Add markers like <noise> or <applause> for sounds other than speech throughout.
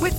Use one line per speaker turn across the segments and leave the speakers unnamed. With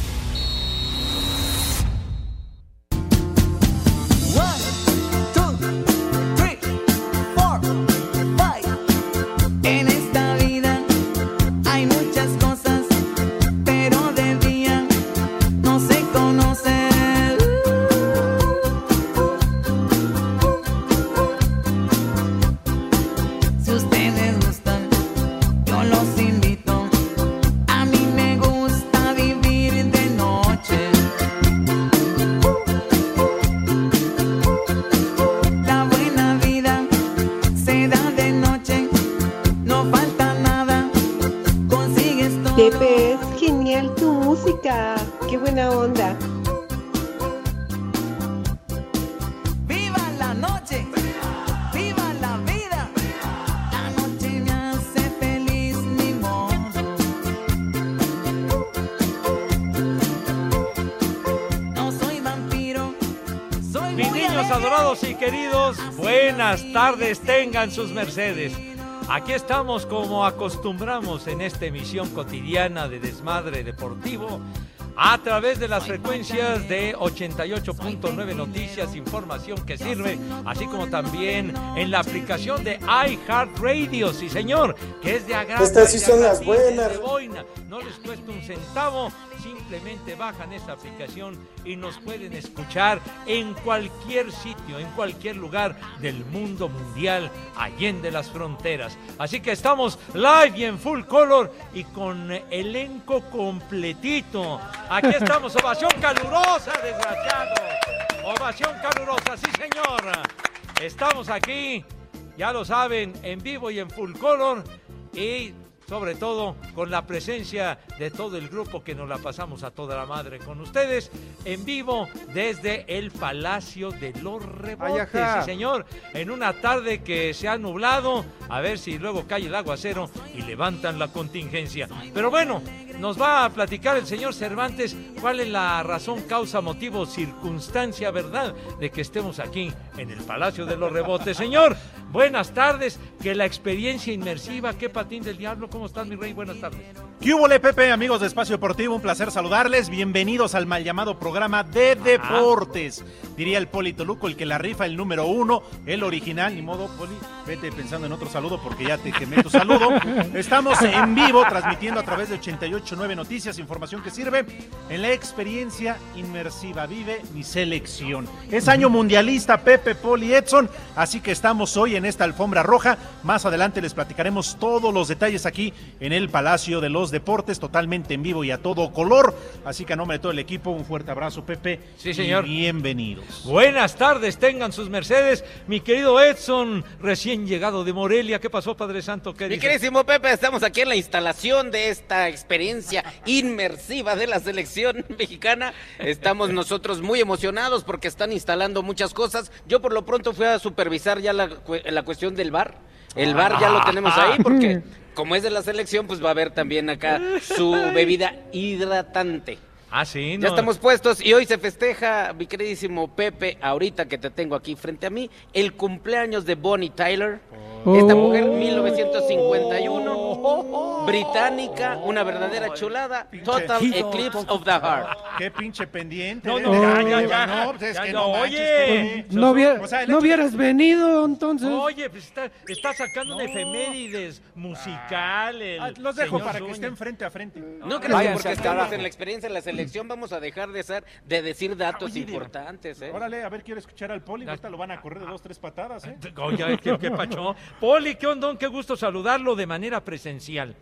En esta vida hay muchas cosas, pero del día no se conocen. Si ustedes gustan, yo los invito. A mí me gusta vivir de noche. La buena vida se da de noche. No falta nada, consigues todo.
Pepe, es genial tu música. Qué buena onda.
Viva la noche, viva la vida. La noche me hace feliz mi modo. No soy vampiro, soy
Mis
muy
niños
alegre.
adorados y queridos, buenas tardes tengan sus mercedes. Aquí estamos como acostumbramos en esta emisión cotidiana de desmadre deportivo a través de las frecuencias de 88.9 Noticias, información que sirve, así como también en la aplicación de iHeartRadio, sí señor, que es de agrado.
Estas sí
es de
son las
gratis, es de
buenas.
boina, no les cuesta un centavo, simplemente bajan esta aplicación y nos pueden escuchar en cualquier sitio, en cualquier lugar del mundo mundial, allende las fronteras. Así que estamos live y en full color y con elenco completito. Aquí estamos, ovación calurosa, desgraciado. Ovación calurosa, sí señora. Estamos aquí, ya lo saben, en vivo y en full color y sobre todo con la presencia de todo el grupo que nos la pasamos a toda la madre con ustedes en vivo desde el Palacio de los Rebotes,
ajá.
sí, señor, en una tarde que se ha nublado, a ver si luego cae el aguacero y levantan la contingencia. Pero bueno, nos va a platicar el señor Cervantes cuál es la razón, causa, motivo, circunstancia, verdad de que estemos aquí en el Palacio de los Rebotes. Señor, buenas tardes, que la experiencia inmersiva, qué patín del diablo, ¿cómo estás mi rey? Buenas tardes.
¿Qué hubo, le, Pepe, amigos de Espacio Deportivo? Un placer saludarles. Bienvenidos al mal llamado programa de deportes. Diría el Poli Toluco, el que la rifa, el número uno, el original. Ni modo, Poli, vete pensando en otro saludo porque ya te quemé
<laughs>
tu saludo. Estamos en vivo transmitiendo a través de 889 Noticias, información que sirve en la experiencia inmersiva. Vive mi selección. Es año mundialista, Pepe, Poli, Edson. Así que estamos hoy en esta alfombra roja. Más adelante les platicaremos todos los detalles aquí en el Palacio de los Deportes, totalmente en vivo y a todo color. Así que a nombre de todo el equipo, un fuerte abrazo, Pepe.
Sí, señor.
Y bienvenidos.
Buenas tardes, tengan sus mercedes. Mi querido Edson, recién llegado de Morelia, ¿qué pasó, Padre Santo? ¿Qué
Mi
dice?
queridísimo Pepe, estamos aquí en la instalación de esta experiencia inmersiva de la selección <laughs> mexicana.
<laughs>
Estamos nosotros muy emocionados porque están instalando muchas cosas. Yo por lo pronto fui a supervisar ya la, cu- la cuestión del bar. El bar ya lo tenemos ahí
Ah. <laughs>
porque como es de la selección, pues va a haber también acá su bebida hidratante.
Ah, sí,
Ya
no.
estamos puestos y hoy se festeja, mi queridísimo Pepe, ahorita que te tengo aquí frente a mí, el cumpleaños de Bonnie Tyler.
Oh.
Esta mujer,
Oh.
1951, británica, una verdadera chulada, Total
Pinche-
Eclipse of the Heart.
Qué pinche pendiente.
No,
¿eh?
no,
De la
ya, ya,
vida,
ya.
no, pues es
Ya,
que
ya,
no
oye.
manches, Pepe.
No, hubiera-
O sea, el
no
hecho-
hubieras venido, entonces.
Oye, pues está, está sacando una efemérides musical. el
Ah, los dejo
señor
para que
Zúñiga.
estén frente a frente.
¿No crees que porque estamos en la experiencia de la selección vamos a dejar de, ser, de decir datos importantes? ¿eh?
Órale, a ver, quiero escuchar al poli. Ahorita lo van a correr de dos, tres patadas, ¿eh? <laughs>
Oye, ¿qué, qué pacho. Poli, qué ondón, qué gusto saludarlo de manera presencial.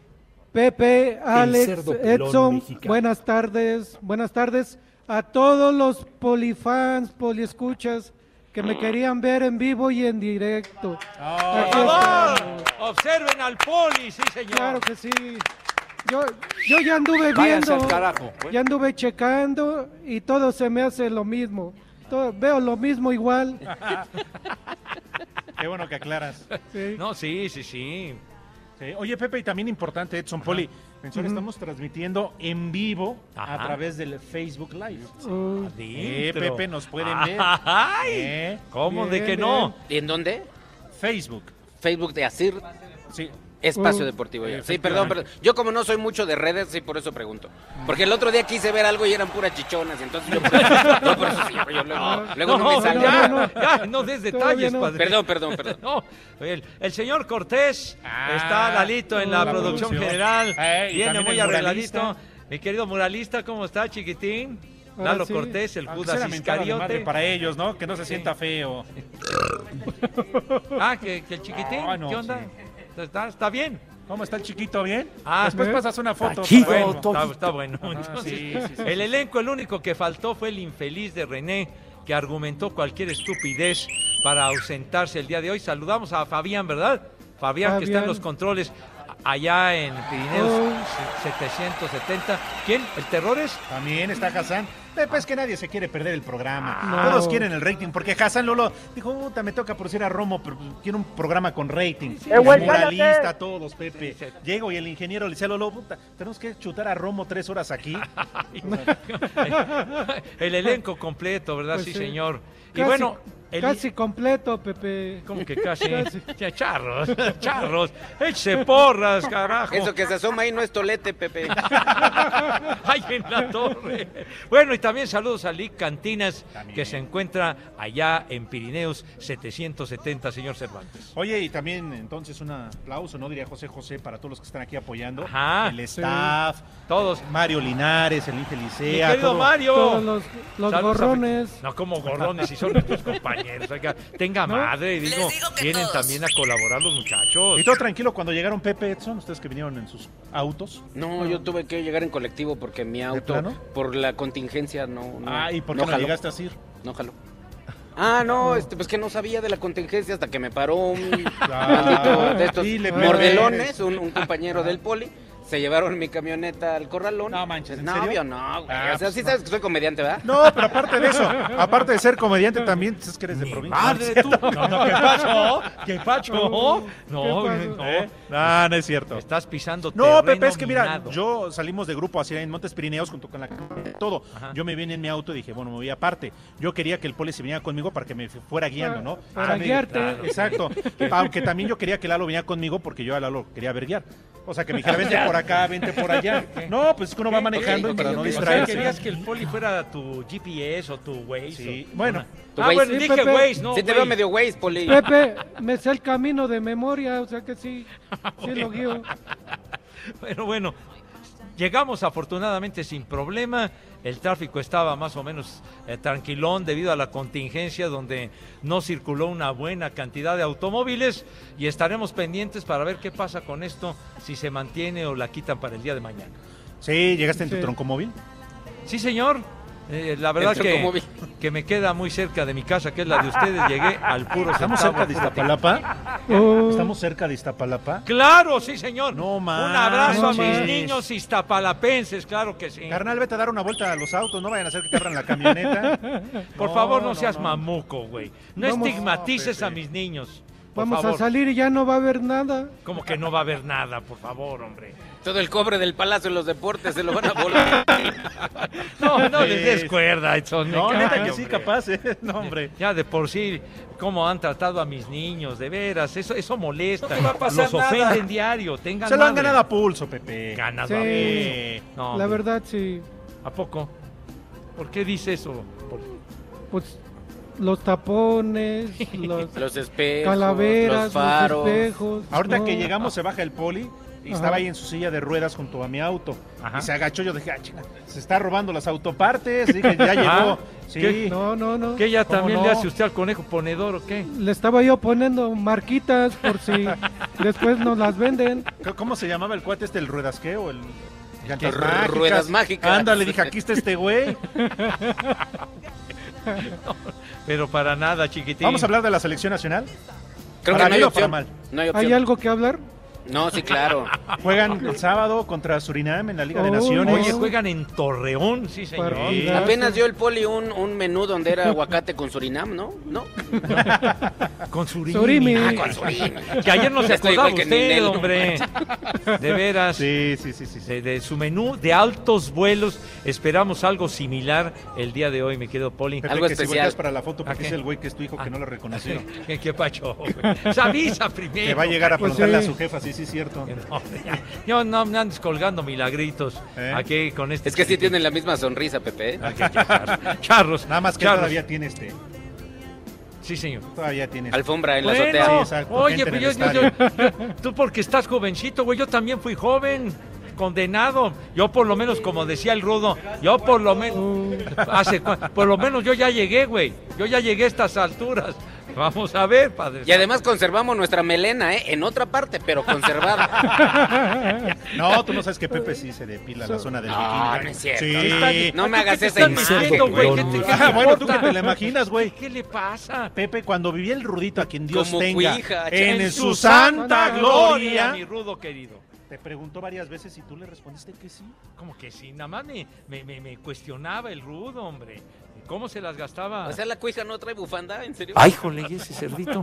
Pepe, Alex,
cerdo pelón
Edson,
mexicano.
buenas tardes, buenas tardes a todos los polifans, poliescuchas que me querían ver en vivo y en directo.
Por
Aquí
favor,
estamos.
observen al poli, sí, señor.
Claro que sí. Yo, yo ya anduve
Váyanse
viendo,
al carajo, pues.
ya anduve checando y todo se me hace lo mismo. Todo- veo lo mismo igual.
Qué bueno que aclaras.
No, sí, sí, sí.
Oye, Pepe, y también importante, Edson Poli, menciona,
Ujú.
estamos transmitiendo en vivo
Ajá.
a través del Facebook Live.
Uh.
Eh,
Adentro.
Pepe, nos pueden ver.
Ay,
Eh,
¿Cómo de que no?
¿Y en dónde?
Facebook.
Facebook de Asir.
Sí.
Espacio
Uh,
Deportivo. ya. Sí,
efectivamente.
perdón, perdón. Yo como no soy mucho de redes, sí, por eso pregunto. Porque el otro día quise ver algo y eran puras chichonas, entonces yo por eso, yo por eso sí, yo luego, luego no, me salió.
ya, <laughs> ya, no des detalles,
no.
padre.
Perdón, perdón, perdón.
No, el, el señor Cortés está Lalito en la,
Ah, la
producción,
producción.
general.
Eh, y
viene
también
muy
el muralista.
arregladito. Mi querido muralista, ¿cómo está, chiquitín?
Ahora
Lalo
sí. Ah,
Cortés, el
Aunque sea
Judas
la mentada de madre
Iscariote.
Para ellos, ¿no? Que no se sienta feo.
Ah, que, que el chiquitín,
Ah, no,
¿qué onda? ¿Está, está bien?
¿Cómo está el chiquito? ¿Bien? Pues
Ah,
Después pasas una foto.
Está
para-
bueno, está, está bueno.
Ajá,
Entonces,
Ah, sí, sí, sí,
el
sí.
elenco, el único que faltó fue el infeliz de René, que argumentó cualquier estupidez para ausentarse el día de hoy. Saludamos a Fabián, ¿verdad? Fabián, que está en
Fabián.
los controles a- allá en Pirineos
Oh.
770. ¿Quién? ¿El Terrores?
También está Hassan. Pepe, es que nadie se quiere perder el programa.
Ah.
Ah, No.
Todos quieren el rating, porque Hassan Lolo dijo, puta, me toca producir a Romo, pero quiero un programa con rating.
sí. Eh,
El
güey,
muralista,
cállate.
todos, Pepe. Llego y el ingeniero le dice a Lolo, puta, tenemos que chutar a Romo tres
<laughs>
horas aquí.
El elenco completo, ¿verdad?
Pues
sí,
sí.
señor. y
Casi-
bueno, el-
casi completo, Pepe.
¿Cómo que casi? Ya, Charros, charros. Échese porras, carajo.
Eso que se asoma ahí no es tolete, Pepe.
<laughs> ¡Ay, en la torre! Bueno, y también saludos a Lick Cantinas, que se encuentra allá en Pirineos 770, señor Cervantes.
Oye, y también entonces un aplauso, ¿no? Diría José José para todos los que están aquí apoyando.
Ajá.
el
Sí.
staff,
todos.
Mario Linares, el Inge Licea.
Mi querido
todo.
Mario.
Eh, Todos los, los
Saludos a-
gorrones.
No, como gorrones, si son nuestros compañeros. oiga, tenga madre, y digo, vienen también a colaborar los muchachos.
Y todo tranquilo cuando llegaron Pepe Edson, ustedes que vinieron en sus autos.
No, yo tuve que llegar en colectivo porque mi auto,
plano?
por la contingencia, no. no
Ah, ¿y por qué
no
no
jaló.
llegaste a
<laughs>
ir?
No jaló. Ah, no, este, pues que no sabía de la contingencia hasta que me paró un
Ah,
maldito de estos
dile, Pepe.
mordelones, un, un compañero del poli. Se llevaron mi camioneta al corralón.
No manches, ¿en
no,
serio?
yo no, güey.
Ah,
o sea,
pues
sí
no.
sabes que soy comediante, ¿verdad?
No, pero aparte de eso, aparte de ser comediante también, pues es que eres de provincia.
Madre,
¿no es
tú.
cierto?
No, no, ¿Qué pasó? ¿Qué pasó? No,
¿Qué pasó?
no.
¿Eh? No, no es cierto.
Estás pisando
No,
terreno
Pepe, es que mira,
minado.
yo salimos de grupo hacia en Montes Pirineos junto con la camioneta y todo. Yo me vine en mi auto y dije, bueno, me voy aparte. Yo quería que el poli se viniera conmigo para que me fuera guiando, ¿no?
Para- para
me-
guiarte. Claro,
<laughs>
Exacto. Aunque también yo quería que Lalo viniera conmigo porque yo a Lalo quería ver guiar. O sea, que me
<laughs>
dijera, vente por acá, vente por allá. No, pues es que uno va manejando
Ok,
y para
ok,
no
ok.
O sea,
distraerse.
querías que el poli fuera tu GPS o tu Waze.
Sí,
o-
bueno.
Tu
ah,
Waze.
bueno,
Sí,
dije
Pepe.
Waze, no
sí te
Waze.
veo medio güey, poli.
Pepe, me sé el camino de memoria, o sea que sí, sí lo guío.
<laughs> Pero bueno, llegamos afortunadamente sin problema. El tráfico estaba más o menos eh, tranquilón debido a la contingencia donde no circuló una buena cantidad de automóviles y estaremos pendientes para ver qué pasa con esto, si se mantiene o la quitan para el día de mañana.
Sí, llegaste en tu
Sí.
tronco móvil.
Sí, señor. Eh, la verdad
El
que,
Chocomóvil.
que me queda muy cerca de mi casa, que es la de ustedes. Llegué al puro
Estamos
centavo,
cerca de
puro
Iztapalapa.
Oh,
Estamos cerca de Iztapalapa.
Claro, sí, señor.
No
Un
manches.
abrazo a mis niños iztapalapenses, claro que sí.
Carnal, vete a dar una vuelta a los autos, no vayan a hacer que te abran la camioneta.
<laughs> Por
No,
favor, no,
no,
seas
no.
mamuco, güey. No
Vamos-
estigmatices
No,
a
Pepe.
mis niños. Por
vamos
favor.
a salir y ya no va a haber nada.
Como que no va a haber nada, por favor, hombre.
Todo el cobre del Palacio de los Deportes se lo van a volar.
No, no les
Sí.
des cuerda, Edson. me
No, neta
cae,
que sí,
hombre.
capaz, ¿eh? No, hombre.
Ya de por sí, cómo han tratado a mis niños, de veras, eso, eso molesta.
No te va a pasar
Los
nada.
ofenden diario, tengan
Se lo han
madre.
ganado a pulso, Pepe.
Ganado
Sí.
a pulso.
Sí.
No,
La
hombre,
verdad, sí.
¿A poco? ¿Por qué dice eso? Por-
Pues los tapones, los
Los espejos,
calaveras, los,
los faros.
espejos.
Ahorita
no.
que llegamos se baja el poli y
Ajá.
estaba ahí en su silla de ruedas junto a mi auto.
Ajá.
Y se agachó, yo dije, ah, chinga, se está robando las autopartes. Dije, ya
Ah,
llegó. Sí.
¿qué?
No, no, no.
¿Qué ya
¿Cómo
también
no?
le hace usted al conejo ponedor o qué?
Le estaba yo poniendo marquitas por
<laughs>
si después nos las venden.
C- ¿Cómo se llamaba el cuate este, el ruedasqueo? El... llantas
que- ruedas mágicas.
Ándale, dije, aquí está este güey.
Pero para nada, chiquitín.
Vamos a hablar de la selección nacional. Para
Creo que no hay
bien o para
opción.
mal.
No hay opción.
¿Hay algo que hablar?
No, sí, claro.
Juegan el sábado contra Surinam en la Liga de
Oh,
Naciones.
Oye, juegan en Torreón, sí, señor.
Partidazo.
Apenas dio el poli un, un menú donde era aguacate con Surinam, ¿no? ¿No?
Con Surimi.
Surimi.
Ah, con Surinam.
Que ayer no se
Estoy
acordaba
igual que
usted,
Ninel.
hombre. De veras.
Sí, sí, sí, sí. sí.
De, de su menú de altos vuelos, esperamos algo similar el día de hoy, me quedo Poli.
Fíjate
Algo
que si
especial.
volteas para la foto
¿A
porque
qué?
es el güey que es tu hijo que
Ah.
no lo reconoció.
¿Qué, qué pacho? güey? Se avisa primero.
Que va a llegar a
Pues
preguntarle
sí.
a su jefa, sí, sí, es cierto.
No, ya. Yo no me andes colgando milagritos
¿Eh?
aquí con este.
Es que sí
chiquitín.
tienen la misma sonrisa, Pepe. ¿eh?
Ah, que- que charros. Charros.
Nada más que
charros.
todavía tiene este.
Sí, señor.
Todavía tiene este.
Alfombra en la
Bueno,
azotea.
Sí, exacto,
oye,
gente
pues
en
yo,
el
yo- yo- tú porque estás jovencito, güey, yo también fui joven, condenado. Yo por lo menos, como decía el rudo, yo por lo
Uh.
menos, hace cua- por lo menos yo ya llegué, güey. Yo ya llegué a estas alturas. Vamos a ver, padre.
Y además conservamos nuestra melena, ¿eh? En otra parte, pero conservada.
No, tú no sabes que Pepe sí se depila la zona del
No,
bikini.
no es cierto.
Sí.
No me
¿A ti qué
hagas
te
esa
están
imagen,
metiendo, güey? ¿Qué
güey.
te- qué
Ah,
te
bueno, tú que
importa?
te la imaginas, güey.
¿Qué le pasa?
Pepe, cuando viví el rudito a <laughs> quien Dios
Como
tenga
cuija,
en su santa gloria,
mi rudo querido.
te preguntó varias veces y tú le respondiste que sí.
Como que sí, nada más me, me- me- me cuestionaba el rudo, hombre. ¿Cómo se las gastaba? <laughs>
O sea, la cuija no trae bufanda, ¿en serio?
¡Ay, jole, ¿y ese cerdito!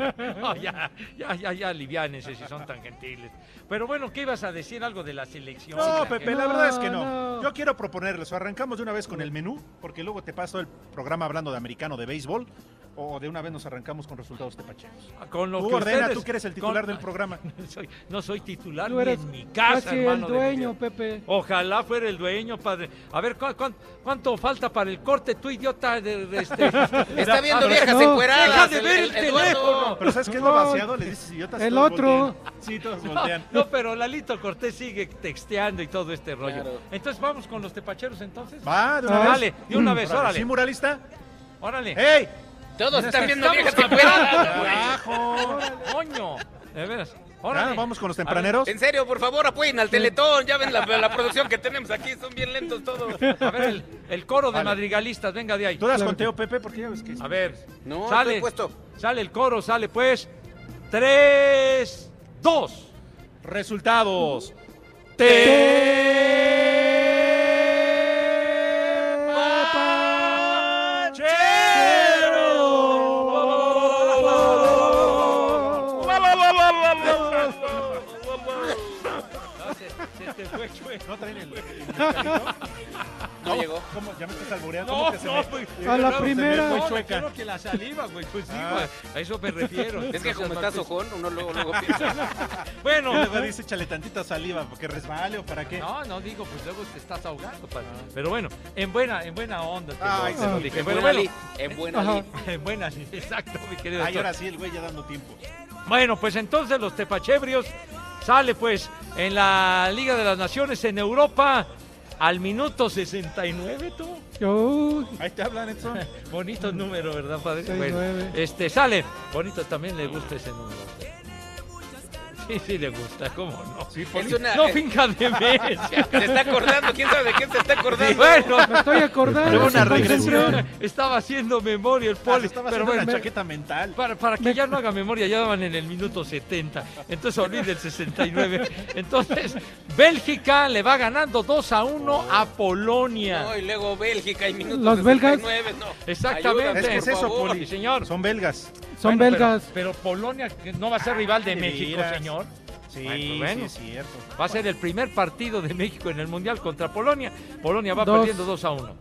ya, ya, ya, ya, aliviánense si son tan gentiles. Pero bueno, ¿qué ibas a decir? ¿Algo de la selección?
No,
¿De
Pepe,
qué?
la verdad es que no.
No, no.
Yo quiero proponerles, o arrancamos de una vez con el menú, porque luego te paso el programa hablando de americano de béisbol, o de una vez nos arrancamos con resultados tepacheros.
Ah, Con lo
Tú
que
ordena,
ustedes-
tú que eres el titular
con- <laughs>
del programa.
No soy, no soy titular
<laughs> Tú
ni
eres
en mi casa,
casi el
hermano de mi
dueño,
Dios.
Pepe.
Ojalá fuera el dueño, padre. A ver, ¿cu- cuán- cuánto falta para el corte, tú idiota? De, de este-
<laughs> Está viendo
Ah,
viejas
no.
encueradas.
¡Deja de ver el
Eduardo.
teléfono!
Pero ¿sabes qué es
No,
lo vaciado? Le dices idiotas. y
el
todos
otro.
voltean. Sí, todos voltean.
No, pero Lalito Cortés sigue texteando y todo este rollo.
Claro.
Entonces, ¿vamos con los tepacheros entonces?
Va, de una vez.
Dale, de una vez, órale.
¿Sí, muralista?
Órale.
¡Ey!
Todos están viendo
Estamos
viejas encueradas. güey.
¡Carajo!
Coño, de veras.
Ya,
Órale.
vamos con los tempraneros.
En serio, por favor, apoyen al Teletón. Ya ven la, la producción que tenemos aquí. Son bien lentos todos.
A ver, el, el coro de
Vale.
madrigalistas, venga de ahí.
¿Tú das conteo, Pepe? Porque ya ves que...
A ver,
No,
sale,
estoy puesto.
sale el coro, sale pues. Tres, dos.
Resultados.
Se te fue, chue.
No traen el...
No llegó.
¿Cómo? ¿Ya me estás alboreando?
No,
¿Cómo que se
no,
me-
pues,
A la
no,
primera.
no,
Muy
me
chueca.
refiero que la saliva, güey, pues sí, güey, a eso me <laughs> refiero.
Es que como estás ojón, uno luego, luego piensa.
Bueno,
Luego dice, échale tantita saliva, porque resbale o para qué.
No, no digo, pues luego te estás ahogando, padre. Pero bueno, en buena, en buena onda. te
Ay,
lo-
se lo
dije.
En
Bueno,
buena
bueno,
lid, En buena
Ajá.
lid.
en <laughs> buena, sí, exacto, mi querido.
Ay,
doctor.
ahora sí, el güey ya dando tiempo.
Bueno, pues entonces los tepachebrios sale pues en la Liga de las Naciones en Europa al minuto 69, tú.
Yo,
Ahí te hablan, Edson.
<laughs> Bonito número, ¿verdad, padre?
Seis,
Bueno,
nueve.
este, sale. Bonito también le gusta ese número. Sí, sí le gusta, cómo no.
Sí,
Es
Poli.
una-
No <laughs>
eh,
finca
<laughs>
de mes.
Se está acordando, quién sabe de quién se está
<laughs>
acordando.
Bueno, <laughs>
me estoy acordando.
Luego una
se concentra.
regresión.
estaba haciendo memoria el
Ah, se
poli.
estaba
pero
haciendo
bueno,
una chaqueta mental.
Para, para que ya no haga memoria, ya van en el minuto 70. Entonces olvide el 69. Entonces, Bélgica le va ganando 2 a 1 a Polonia.
No, y luego Bélgica y minutos
Los belgas.
69, no.
Exactamente.
Ayúdame,
Es que es
por
eso,
favor.
Poli.
Sí, señor.
Son belgas.
Son
Bueno, pero-
belgas.
Pero, Polonia que no va a ser rival de
de
México,
veras.
señor.
Sí,
Bueno, bueno.
sí, es cierto.
Va a ser el primer partido de México en el Mundial contra Polonia. Polonia va
Dos.
perdiendo 2 a 1.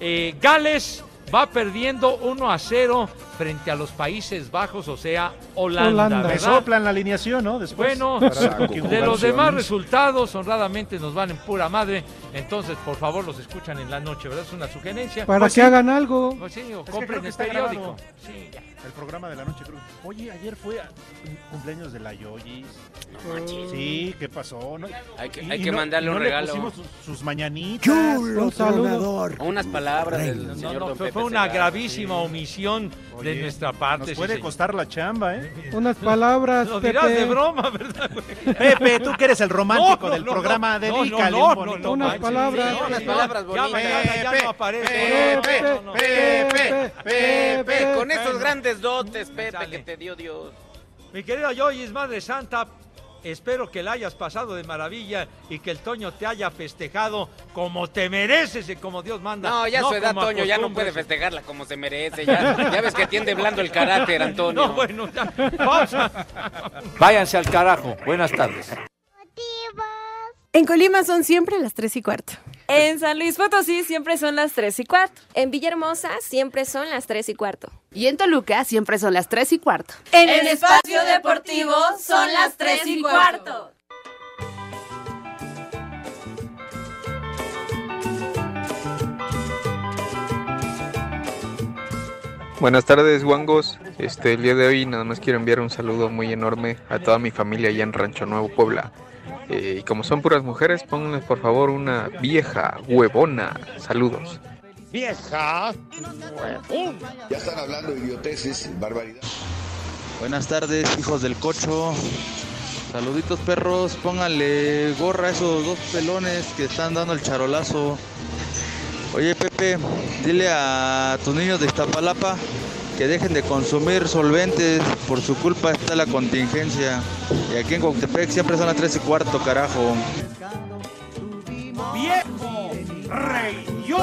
Eh, Gales va perdiendo 1 a 0 frente a los Países Bajos, o sea, Holanda. ¿verdad?
Me soplan la alineación, ¿no? Después.
Bueno,
Para
<laughs> de los demás
conjugaciones.
resultados, honradamente nos van en pura madre. Entonces, por favor, los escuchan en la noche, ¿verdad? Es una sugerencia.
Para que hagan algo.
Pues sí, o
Es que creo
compren
que
el
está
periódico.
grabado. El programa de la noche, creo. Oye, ayer fue a- cumpleaños de la Yoyis.
Mm.
No manches.
Sí, ¿qué pasó? No-
Hay que-
y-
hay
y
que
no-
mandarle
y no
un
le
regalo.
pusimos sus, sus mañanitas.
¡Chulo,
Un saludo.
tronador!
Unas palabras del
No,
señor
no,
Don
fue,
Pepe
fue una
Segarra.
gravísima omisión de
Oye,
nuestra parte.
Nos
sí,
puede
señor.
costar la chamba, ¿eh?
Unas palabras,
<laughs> Lo dirás de
Pepe.
broma, ¿verdad? güey?
Pepe, tú que eres el romántico
No, no,
del
no,
programa,
no,
dedícale
no, no,
un bonito
no, no,
Unas
manches,
palabras.
sí,
Unas
sí,
palabras
ya
bonitas.
mañana ya no aparece.
Pepe,
No, no, no.
Pepe, Pepe.
Con esos grandes dotes, Pepe,
Sale.
que te dio Dios.
Mi querida Joyce, Madre Santa, espero que la hayas pasado de maravilla y que el Toño te haya festejado como te mereces y como Dios manda.
No, ya su edad,
como
Toño, ya no puede
acostumbres.
festejarla como se merece. Ya, ya ves que tiende blando
<laughs>
el carácter, Antonio.
No, bueno, ya. Pausa.
Váyanse al carajo. Buenas tardes.
En Colima son siempre las 3 y cuarto. En San Luis Potosí siempre son las 3 y cuarto.
En Villahermosa siempre son las 3 y cuarto.
Y en Toluca siempre son las 3 y cuarto.
En el espacio deportivo son las tres y cuarto.
Buenas tardes, guangos. Este, el día de hoy nada más quiero enviar un saludo muy enorme a toda mi familia allá en Rancho Nuevo, Puebla. Eh, y como son puras mujeres, pónganles por favor una vieja huevona. Saludos.
Vieja. Ya están hablando de idioteces, barbaridad.
Buenas tardes, hijos del cocho. Saluditos, perros. Pónganle gorra a esos dos pelones que están dando el charolazo. Oye, Pepe, dile a tus niños de Iztapalapa que dejen de consumir solventes. Por su culpa está la contingencia. Y aquí en Coctepec siempre son las 3 y cuarto, carajo.
Viejo rey yo.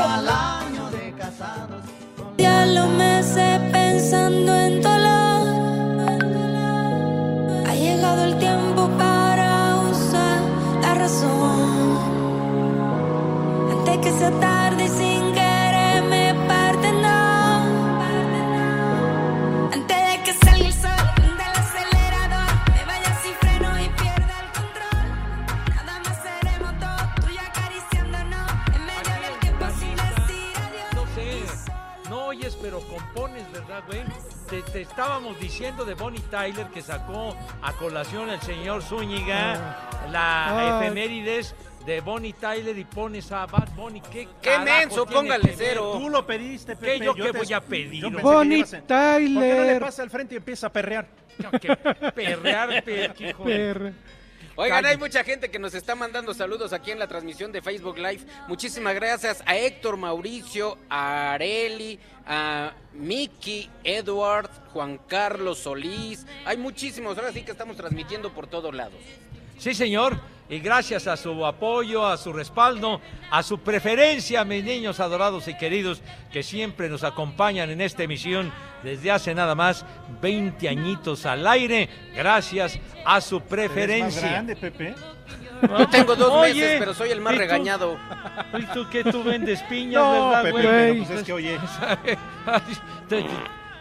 Ya lo meses pensando en dolor. Ha llegado el tiempo para usar la razón. Antes que sea tarde y sin querer me parten no. Antes de que salga el sol del acelerador, me vaya sin freno y pierda el control. Nada más seremos dos, tú y yo acariciándonos en medio del tiempo sin decir adiós.
No sé, no oyes, pero compones, ¿verdad, güey? Te, te estábamos diciendo de Bonnie Tyler que sacó a colación el señor Zúñiga la
Ah.
efemérides de Bonnie Tyler y pones a Bad Bunny. ¿Qué,
Qué
carajo
menso,
tiene
póngale
que ver?
cero.
Tú lo pediste, Pepe.
¿Qué yo qué
te-
voy a pedir?
yo pensé que
Bonnie
ibas a- ¿Por qué no le
Tyler.
pasa al frente y empieza a perrear?
Perrear, per- qué hijo de-
Perre.
Oigan, hay mucha gente que nos está mandando saludos aquí en la transmisión de Facebook Live. Muchísimas gracias a Héctor Mauricio, a Areli, a Miki, Edward, Juan Carlos Solís. Hay muchísimos, ahora sí que estamos transmitiendo por todos lados.
Sí, señor. Y gracias a su apoyo, a su respaldo, a su preferencia, mis niños adorados y queridos, que siempre nos acompañan en esta emisión desde hace nada más 20 añitos al aire. Gracias a su
Eres más
preferencia.
grande, Pepe.
Yo tengo dos
Oye,
meses, pero soy el más
¿y tú?
regañado.
<laughs> ¿Y tú qué? ¿Tú vendes piñas,
No,
verdad,
Pepe,
güey?
pero pues es
<laughs>
que oye.
Te-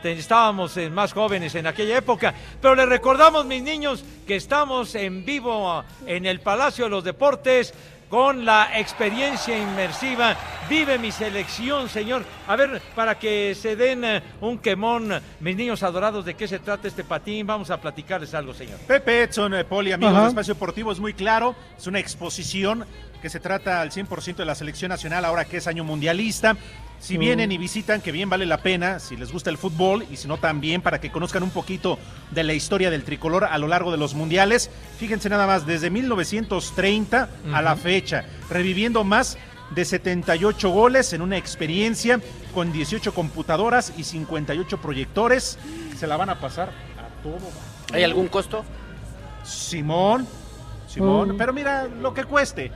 te- Estábamos eh, más jóvenes en aquella época, pero les recordamos, mis niños, que estamos en vivo en el Palacio de los Deportes con la experiencia inmersiva. Vive mi selección, señor. A ver, para que se den eh, un quemón, mis niños adorados, de qué se trata este patín, vamos a platicarles algo, señor.
Pepe Edson, eh, Poli, amigos
Ajá.
de Espacio Deportivo, es muy claro, es una exposición que se trata al 100% de la selección nacional ahora que es año mundialista. Si
Mm.
vienen y visitan, que bien vale la pena, si les gusta el fútbol y si no también para que conozcan un poquito de la historia del tricolor a lo largo de los mundiales. Fíjense nada más, desde 1930 a la
Ujú.
fecha, reviviendo más de 78 goles en una experiencia con 18 computadoras y 58 proyectores. Se la van a pasar a todo.
¿Hay algún costo?
Simón, Simón,
Mm.
pero mira lo que cueste.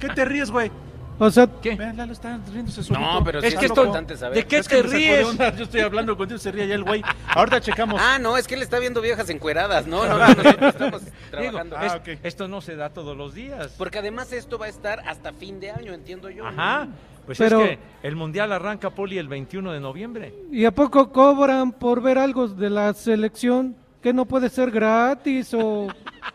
¿Qué te ríes, güey?
O sea,
¿Qué? Lalo está riéndose
No, pero sí
es
es
que esto,
importante saber.
¿De qué
Es que
te
me sacó de
ríes?
onda.
Yo estoy hablando contigo, se ríe ya el güey. <laughs> Ahorita checamos.
Ah, no, es que él está viendo viejas encueradas. No,
<laughs>
no, no, nosotros
<laughs>
estamos
ah,
trabajando.
ah,
es- Esto no se da todos los días.
Porque además esto va a estar hasta fin de año, entiendo yo.
Ajá. Pues
Pero-
es que el mundial arranca Poli el 21 de noviembre.
¿y a poco cobran por ver algo de la selección? Que no puede ser gratis o,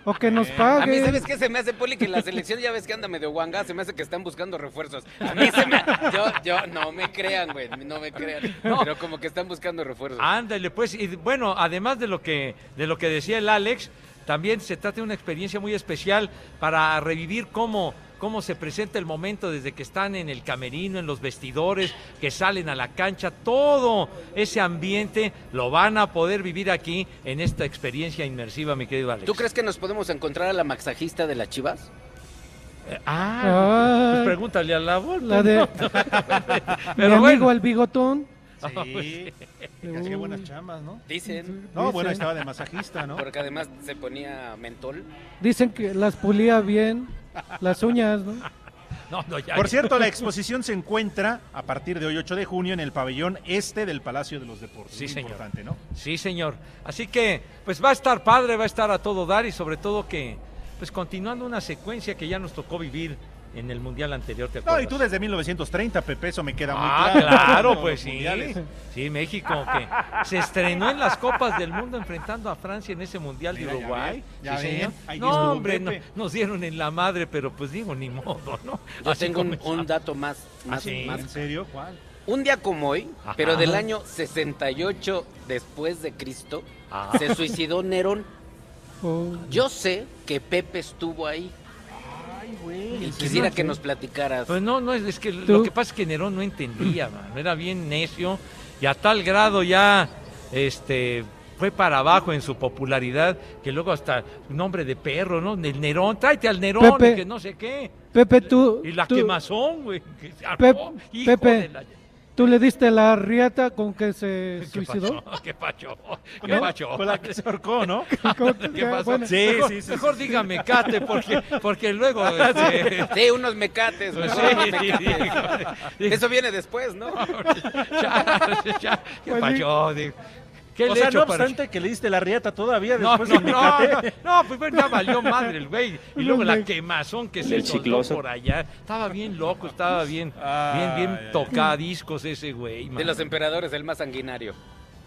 o que
<laughs>
nos
A mí,
paguen.
¿sabes qué se me hace, Poli? Que la selección ya ves que anda medio guanga, se me hace que están buscando refuerzos. A mí se me... Yo, yo, no me crean, güey, no Ah, me crean. Pero como que están buscando refuerzos.
Ándale, pues, y bueno, además de lo que, de lo que decía el Alex, también se trata de una experiencia muy especial para revivir cómo, cómo se presenta el momento desde que están en el camerino, en los vestidores, que salen a la cancha, todo ese ambiente lo van a poder vivir aquí en esta experiencia inmersiva, mi querido Alex.
¿Tú crees que nos podemos encontrar a la maxajista de las chivas?
Eh, Ah, pues
Ay.
pregúntale a la voz.
La <laughs> de mi
Pero
amigo
bueno.
el bigotón.
Sí. Que hacía buenas chambas, ¿no?
Dicen.
No, bueno, estaba de masajista, ¿no?
Porque además se ponía mentol.
Dicen que las pulía bien, las uñas, ¿no?
Por cierto, la exposición se encuentra a partir de hoy, 8 de junio, en el pabellón este del Palacio de los Deportes.
Sí,
Muy
señor.
importante, ¿no?
Sí, señor. Así que, pues va a estar padre, va a estar a todo dar y sobre todo que, pues continuando una secuencia que ya nos tocó vivir en el mundial anterior, ¿te
No,
acuerdas?
y tú desde 1930, Pepe, eso me queda muy
Ah,
claro.
claro,
Los
pues sí.
mundiales.
Sí, México, que se estrenó en las Copas del Mundo enfrentando a Francia en ese Mundial
Mira,
de
ya
Uruguay.
ven, ya
Sí,
ven.
señor.
Ahí estuvo
No, hombre, no,
Pepe.
nos dieron en la madre, pero pues digo, ni modo, ¿no?
Yo Ah,
Así
tengo un,
comenzamos.
un dato más. más,
sí?
más.
¿En
¿Ah, serio? ¿Cuál?
Un día como hoy, pero
Ajá.
del año 68 después de Cristo,
Ah.
se suicidó Nerón.
Oh.
Yo sé que Pepe estuvo ahí. y quisiera que nos platicaras.
Pues no, no, es, es que lo
¿Tú?
que pasa es que Nerón no entendía, mano, era bien necio y a tal grado ya este fue para abajo en su popularidad que luego hasta nombre de perro, ¿no? El Nerón, tráete al Nerón,
Pepe.
y que no sé qué.
Pepe, tú.
Y la
tú-
quemazón, güey. que se armó,
Pep-
hijo de
Pepe,
la-
tú le diste la riata con que se
¿Qué
suicidó.
pasó? <laughs> ¿Qué pacho? ¿Qué
¿No?
pacho?
Con la que se
<laughs>
ahorcó, ¿no?
<laughs> ¿Qué
Ah,
pasó?
Bueno. Sí,
mejor,
sí, sí,
mejor dígame, Cate, porque, porque <laughs> luego... este,
<laughs> Sí, unos mecates.
Pues
mejor
sí,
unos mecates.
sí.
Eso viene después, ¿no?
<laughs> ya, ya, ¿Qué
Pues
pacho? Digo, ¿Qué
o
le
sea,
echo
no
para-
obstante que le diste la riata todavía
No,
después
no,
del
no, no,
mecate.
no, pues bueno, ya valió madre el
<laughs>
güey. Y luego la
Hombre.
quemazón que
Y
se
el
soltó
chicloso.
por allá. Estaba bien loco, estaba bien, bien, bien
Ay, ay,
tocadiscos ese güey.
De
mano.
los emperadores, el más sanguinario.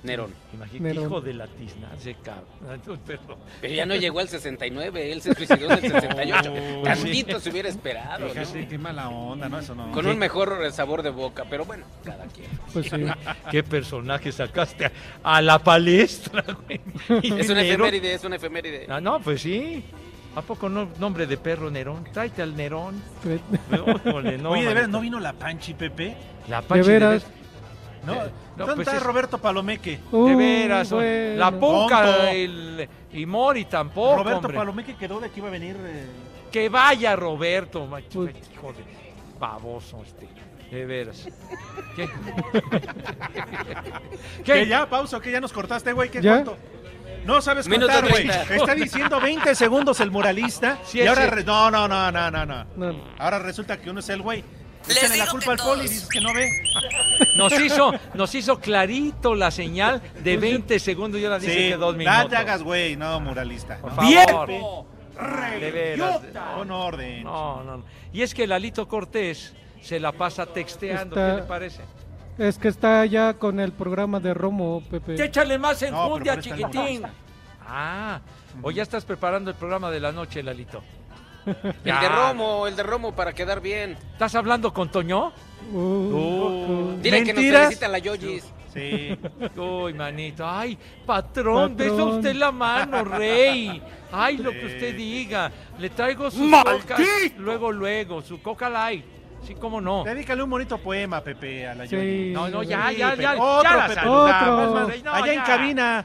Nerón.
Imagínate,
Nerón.
hijo de la tizna, ese cabrón. <laughs> Perdón.
Pero ya no llegó al 69, él se suicidó en el 68.
Oh,
Tantito
sí.
se hubiera esperado. ¿no?
Fíjate, qué mala onda, ¿no? Eso no.
Con
Sí.
un mejor sabor de boca, pero bueno, cada quien.
Pues sí.
Qué personaje sacaste a, a la palestra,
<laughs>
güey.
Es una
Nerón.
efeméride, es una efeméride.
Ah, no, pues sí. ¿A poco no, nombre de perro Nerón? Tráete al Nerón. <laughs> Híjole, no,
Oye, de veras,
manito.
¿no vino la Panchi, Pepe?
La Panchi, de veras.
No,
Eh, no,
¿dónde
pues
está
es-
Roberto Palomeque?
Uh.
De veras, oye, la
Tonto.
Puca el- y Mori tampoco.
Roberto
hombre.
Palomeque quedó de que iba a venir. eh,
Que vaya Roberto, macho, hijo de baboso este. De veras.
<laughs>
¿Qué? ¿Qué?
Que ya, pausa, que ya nos cortaste, güey. ¿Qué
¿Ya?
cuánto? No sabes
Minuto
contar, güey.
30.
<laughs> Está diciendo 20 segundos
<laughs>
el moralista.
Sí,
y
es
ahora.
cierto.
re- No, no, no, no, no, no. Ahora resulta que uno es el güey. Échale la culpa al poli y dices que no ve.
Nos hizo, nos hizo clarito la señal de 20 segundos. Yo la dije
Pues Sí,
que dos
la
minutos.
llagas, güey, no, moralista.
Por
¿no?
favor. De veras.
¡Idiota! Con orden.
No, no, no. Y es que Lalito Cortés se la pasa texteando.
Está-
¿Qué le parece?
Es que está ya con el programa de Romo, Pepe.
Échale más
No, pero
enjundia,
por eso está
chiquitín. Ah, o ya estás preparando el programa de la noche,
<laughs>
Lalito.
El de Romo, el de Romo para quedar bien.
¿Estás hablando con Toño? Uh,
Dile que nos felicita la Yoyis.
Sí.
Uy, manito. Ay, patrón, besa usted la mano, rey. Ay, lo que usted diga. Le traigo su coca. Luego, luego, su coca light. Sí, cómo no.
Dedícale un bonito poema, Pepe, a la
Sí.
Yoli. Oh,
No, no, ya,
Sí,
ya,
Pepe.
ya, ya
Otro,
la
Pepe,
saludamos,
otro.
más rey. No,
Allá en
ya.
cabina.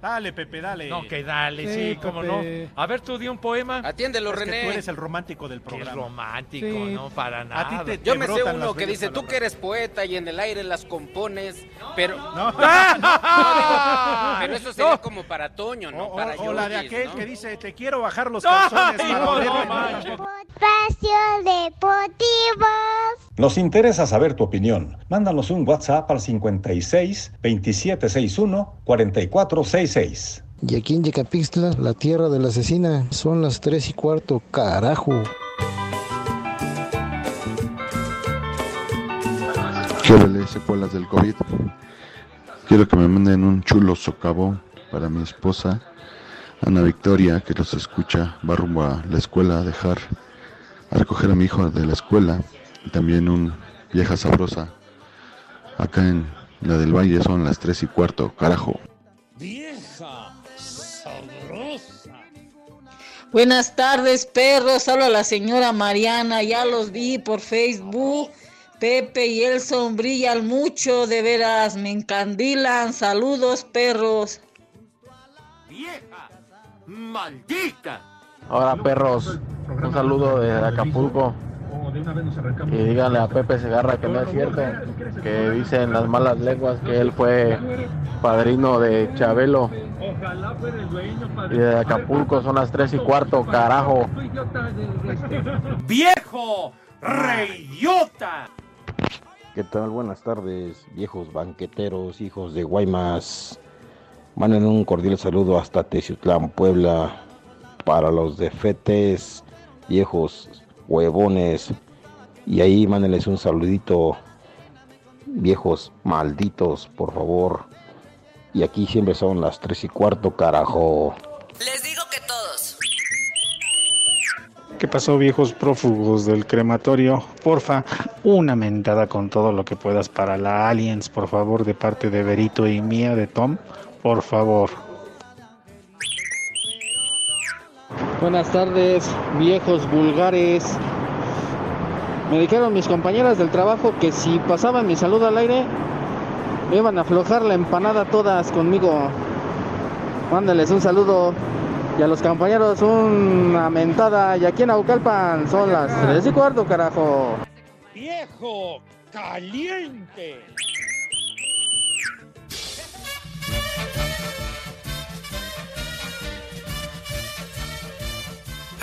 Dale, Pepe, dale.
No, que dale, sí,
Sí,
cómo
Pepe.
no. A ver, tú di un poema.
Atiéndelo,
Es que
René.
tú eres el romántico del
Que es
programa.
romántico,
Sí.
no, para nada.
A ti te-
Yo me sé
brotan
uno
las
que
bellas
dice, tú
<laughs>
palabras.
que eres poeta y en el aire las compones, pero...
No.
No, digo, Pero eso sería como para Toño, ¿no?
O,
para
o la de
Yoyis,
aquel
¿no?
que dice, te quiero bajar los
¡No!
calzones.
¡Ay,
para
no,
abrirme".
Espacio Deportivo.
Nos interesa saber tu opinión. Mándanos un WhatsApp al 56 2761 4466.
Y aquí en Yecapixtla, la tierra de la asesina, son las 3 y cuarto, carajo.
¿Qué vale, secuelas del COVID? Quiero que me manden un chulo socavón para mi esposa, Ana Victoria, que los escucha, va rumbo a la escuela a dejar, a recoger a mi hijo de la escuela. Y también un vieja sabrosa. Acá en la del Valle son las 3 y cuarto, carajo.
Vieja sabrosa.
Buenas tardes, perros. Habla la señora Mariana. Ya los vi por Facebook. Pepe y Elson brillan mucho, de veras. Me encandilan. Saludos, perros.
¡Vieja! ¡Maldita!
Ahora, perros, un saludo desde Acapulco. Y díganle a Pepe Segarra que no es cierto, que dicen las malas lenguas que él fue padrino de Chabelo.
Ojalá fuera el dueño
Y desde Acapulco son las 3 y cuarto, carajo.
¡Viejo! ¡Reyota!
¿Qué tal? Buenas tardes, viejos banqueteros, hijos de Guaymas. Manden un cordial saludo hasta Teciutlán, Puebla, para los defetes, viejos huevones. Y ahí mándenles un saludito, viejos malditos, por favor. Y aquí siempre son las tres y cuarto, carajo.
Les digo que todos.
¿Qué pasó, viejos prófugos del crematorio? Porfa, una mentada con todo lo que puedas para la Aliens, por favor, de parte de Berito y mía de Tom, por favor.
Buenas tardes, viejos vulgares. Me dijeron mis compañeras del trabajo que si pasaban mi saludo al aire, me iban a aflojar la empanada todas conmigo. Mándales un saludo y a los compañeros una mentada. Y aquí en Aucalpan son las 3 y cuarto, carajo.
¡Viejo caliente!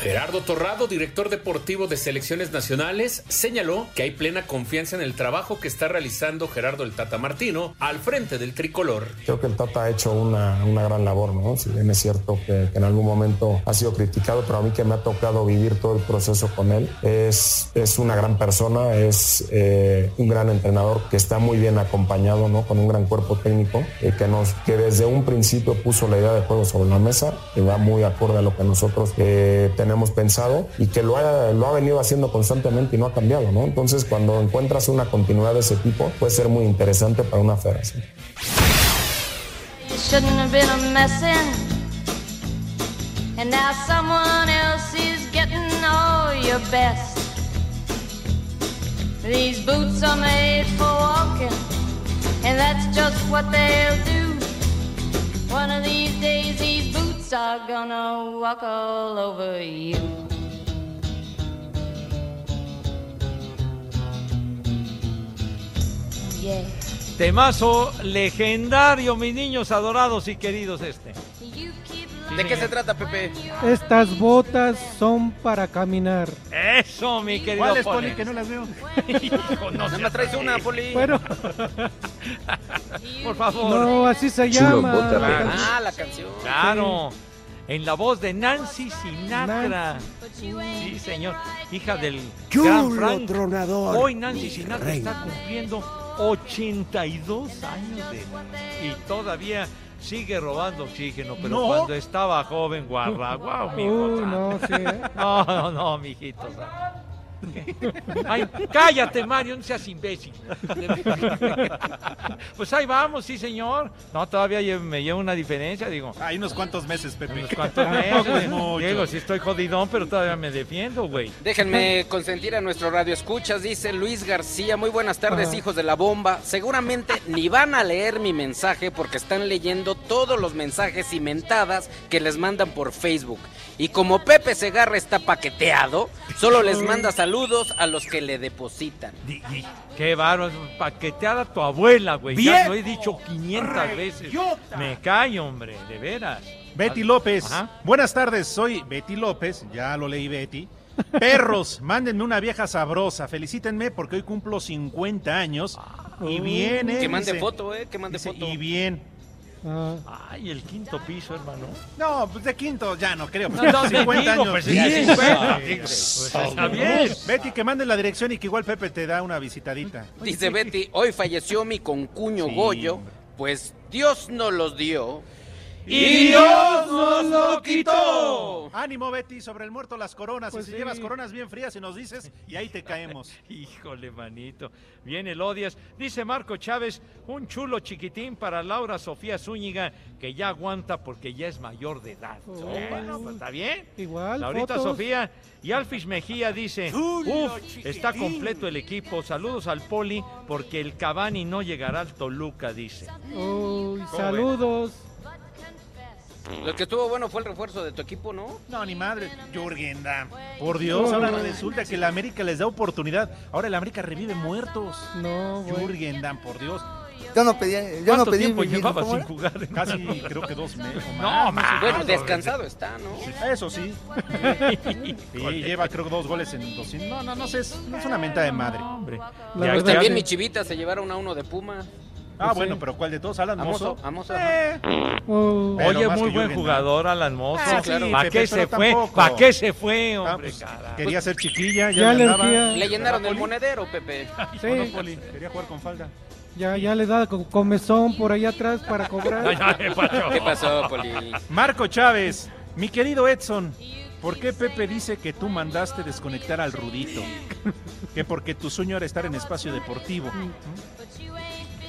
Gerardo Torrado, director deportivo de selecciones nacionales, señaló que hay plena confianza en el trabajo que está realizando Gerardo el Tata Martino al frente del tricolor.
Creo que el Tata ha hecho una, una gran labor, ¿no? Si bien es cierto que, que en algún momento ha sido criticado, pero a mí que me ha tocado vivir todo el proceso con él, es, es una gran persona, es eh, un gran entrenador que está muy bien acompañado, ¿no? Con un gran cuerpo técnico eh, que, nos, que desde un principio puso la idea de juego sobre la mesa, que va muy acorde a lo que nosotros eh, tenemos pensado y que lo ha, lo ha venido haciendo constantemente y no ha cambiado, ¿no? Entonces, cuando encuentras una continuidad de ese tipo, puede ser muy interesante para una federación.
Shouldn't have been a messin'. And now someone else is getting all your best. These boots are made for walking, and that's just what they'll do. One of these days, these boots are gonna walk all over you. Yeah.
Temazo legendario, mis niños adorados y queridos este.
¿De qué se trata, Pepe?
Estas botas son para caminar.
Eso, mi querido
¿Cuál es,
Poli?
Poli, que no las veo?
<laughs> Hijo, no
Nada
seas
más traes
así.
una, Poli.
Bueno.
<laughs> Por favor.
No, así se Chulo, llama. bota,
Ah,
Pepe.
Ah, la canción.
Claro. En la voz de Nancy Sinatra. Sí, señor. Hija del gran Frank. Hoy Nancy Sinatra está cumpliendo 82 años de edad y todavía sigue robando oxígeno, pero
No.
cuando estaba joven, guarra, guau, mi
Uy,
cosa.
no, sí, ¿eh?
no, no, no, mijito. o sea. Ay, cállate, Mario, no seas imbécil. Pues ahí vamos, sí, señor. No, todavía lle- me lleva una diferencia, digo.
Hay unos cuantos meses, Pepe.
Unos cuantos meses. Diego, sí estoy jodidón, pero todavía me defiendo, güey.
Déjenme consentir a nuestro radio escuchas, dice Luis García. Muy buenas tardes,
Ajá.
hijos de la bomba. Seguramente ni van a leer mi mensaje porque están leyendo todos los mensajes y mentadas que les mandan por Facebook. Y como Pepe Segarra está paqueteado, solo les mandas a saludos a los que le depositan.
Qué bárbaro, paqueteada tu abuela, güey. Ya
Viejo
lo he dicho 500 veces.
reyota.
Me cae, hombre, de veras.
Betty López.
Ajá.
Buenas tardes, soy Betty López. Ya lo leí, Betty. Perros, mándenme una vieja sabrosa. Felicítenme porque hoy cumplo 50 años. Y bien, eh,
Que mande
dice.
foto, eh, que mande
Dice,
foto.
y bien.
Ay, el quinto piso, hermano.
No, pues de quinto ya no creo.
No, no, de
50
digo,
años.
pues,
Ya,
sí,
50.
sí, pues,
está bien.
Betty, que mande la dirección y que igual Pepe te da una visitadita. <laughs>
Dice Betty, hoy falleció mi concuño
Sí,
Goyo, pues Dios nos los dio.
Y Dios nos lo quitó. Ánimo, Betty, sobre el muerto las coronas.
Pues
si
sí.
llevas coronas bien frías y nos dices, y ahí te caemos.
<laughs> Híjole, manito. Viene el odias. Dice Marco Chávez, un chulo chiquitín para Laura Sofía Zúñiga, que ya aguanta porque ya es mayor de edad. Bueno, pues, está bien.
Oh. Igual,
Laurita
fotos.
Sofía y Alfis Mejía dice, "Uf, está completo el equipo. Saludos al Poli porque el Cabani no llegará al Toluca", dice.
Uy,
ven?
saludos.
Lo que estuvo bueno fue el refuerzo de tu equipo, ¿no?
No, ni madre, Jürgen Damm. Por Dios, ahora resulta que la América les da oportunidad. Ahora la América revive muertos.
No,
Jürgen Damm, por Dios.
Yo no pedí, yo no
¿Cuánto
pedí
tiempo
vivir,
llevaba
¿cómo
sin
era?
jugar? <laughs> Casi creo que dos meses. o
No, más.
Bueno, descansado está, ¿no?
Eso <laughs> sí. Sí, lleva creo dos goles en 200. No, no, no sé, es, no es una menta de madre.
La
Pues
verdad,
también
sí.
mi chivita se llevaron a uno de Puma.
Ah, bueno, pero ¿cuál de todos? ¿Alan
Amoso,
Mozo? Eh,
Amoso.
oh,
Pero
Oye,
más
muy
que
buen
Jürgen Damm.
jugador Alan Mozo.
Ah, sí, claro.
¿Para
Pepe,
qué
pero
se fue?
tampoco.
¿Para qué se fue,
Ah,
hombre?
pues,
carajo?
quería ser chiquilla,
Ya
ya, le
le
andaba.
urgía.
Le llenaron el monedero, Pepe.
Monopoly, Quería jugar con <laughs> falda.
Ya, ya le da co- comezón por allá atrás para cobrar.
¿Qué pasó, Poli?
Marco Chávez, mi querido Edson, ¿por qué Pepe dice que tú mandaste desconectar al Rudito? Que porque tu sueño era estar en espacio deportivo.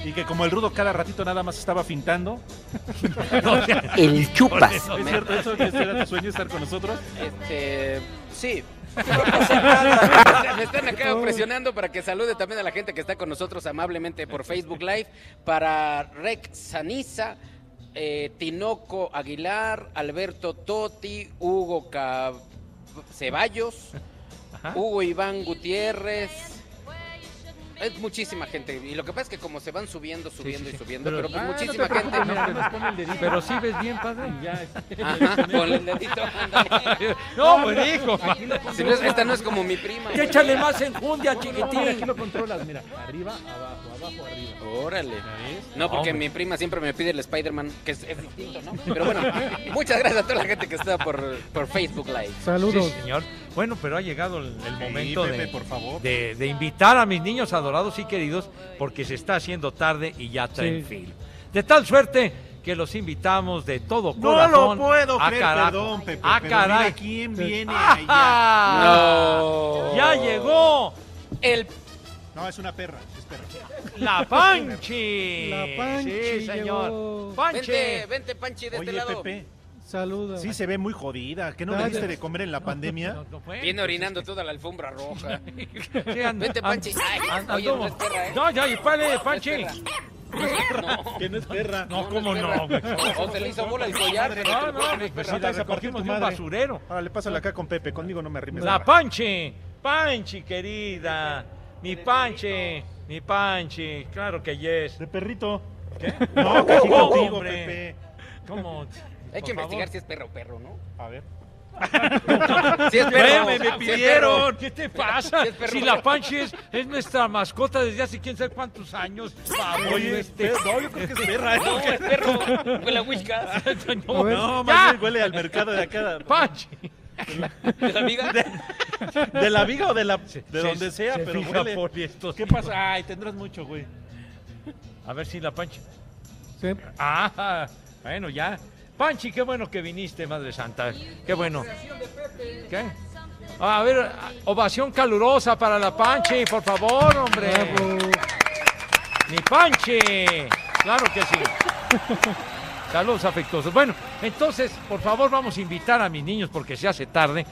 Y que como el Rudo cada ratito nada más estaba fintando.
El chupas.
<laughs> ¿Es cierto eso que ese era tu sueño estar con nosotros?
Este,
<laughs>
sí. No pasa nada. Me están acá presionando para que salude también a la gente que está con nosotros amablemente por Facebook Live, para Rec Saniza, eh, Tinoco Aguilar, Alberto Totti, Hugo Ca- Ceballos, Hugo Iván Gutiérrez. Es muchísima gente. Y lo que pasa es que como se van subiendo, subiendo y subiendo, pero, pues
Ah, no te
muchísima
preocupes,
gente.
mira, nada más pon el dedito. Pero sí ves bien, padre. Ya.
Ajá, ponle el dedito, ándale.
No, pues dijo.
Aquí lo Si no es- esta no es como mi prima.
Échale más enjundia, chiquitín.
Aquí lo controlas, mira, arriba, abajo, abajo, arriba.
Órale. No, porque mi prima siempre me pide el Spider-Man, que es, es distinto, ¿no? Pero bueno, muchas gracias a toda la gente que está por, por Facebook Live.
Saludos.
Sí, señor. Bueno, pero ha llegado el, el momento
Pepe,
de,
por favor.
De, de invitar a mis niños adorados y queridos porque se está haciendo tarde y ya traen
Sí.
filo. De tal suerte que los invitamos de todo
No
corazón.
lo puedo
Ah,
creer,
carajo.
perdón, Pepe.
Ah,
pero
caray.
mira quién viene allá.
¡Ah! Ya llegó
El...
No, es una perra, es perra.
la Panchi.
La Panchi
Sí, señor.
llegó.
Panchi.
Vente, vente, Panchi, de
Oye,
este lado.
Pepe,
Saludos.
sí se ve muy jodida. ¿Qué no le
Dale.
diste de comer en la pandemia? <laughs>
pues
Viene orinando toda la
<laughs>
alfombra roja.
Sí, and-
Vente,
and-
Panchi. Ay,
and-
oye,
anduvo.
no es perra, ¿eh?
No, ya, y pale, Panchi.
Que no es perra.
No, cómo no, güey.
O se le hizo bola el collar. pero-
No, no, pues sí, la
Ahora
repartimos de un basurero.
Ahora le pásala acá con Pepe, conmigo no me arrimes.
La Panchi, Panchi querida, mi Panchi, mi Panchi, claro que yes.
De perrito.
¿Qué?
No, casi
Oh,
contigo,
hombre.
Pepe.
¿Cómo?
Hay que
Por favor.
investigar si es perro o perro,
<laughs>
¿no?
A ver.
Si es perro.
Güey, me, me
si es
pidieron.
perro.
¿Qué te pasa?
Si es perro.
Si la Panchi es, este es nuestra mascota desde hace quién sabe cuántos años. Baboso
Oye,
este.
pero no, yo creo que es perra, ¿eh?
No, es perro. Huele
<laughs>
a whiskas.
No, ya.
No, más bien huele al mercado de acá.
<laughs> Panchi.
¿De la amiga?
De la viga o de la de
se-
donde sea,
se
pero
fija
huele.
por estos.
¿Qué pasa? Ay, tendrás mucho, güey.
A ver si la Panchi.
Sí.
Ah, bueno, ya. Panchi, qué bueno que viniste, Madre Santa. Qué bueno. ¿Qué? A ver, a- ovación calurosa para la Panchi, por favor, hombre. Mi Panchi. Claro que sí. Saludos afectuosos. Bueno, entonces, por favor, vamos a invitar a mis niños, porque se hace tarde,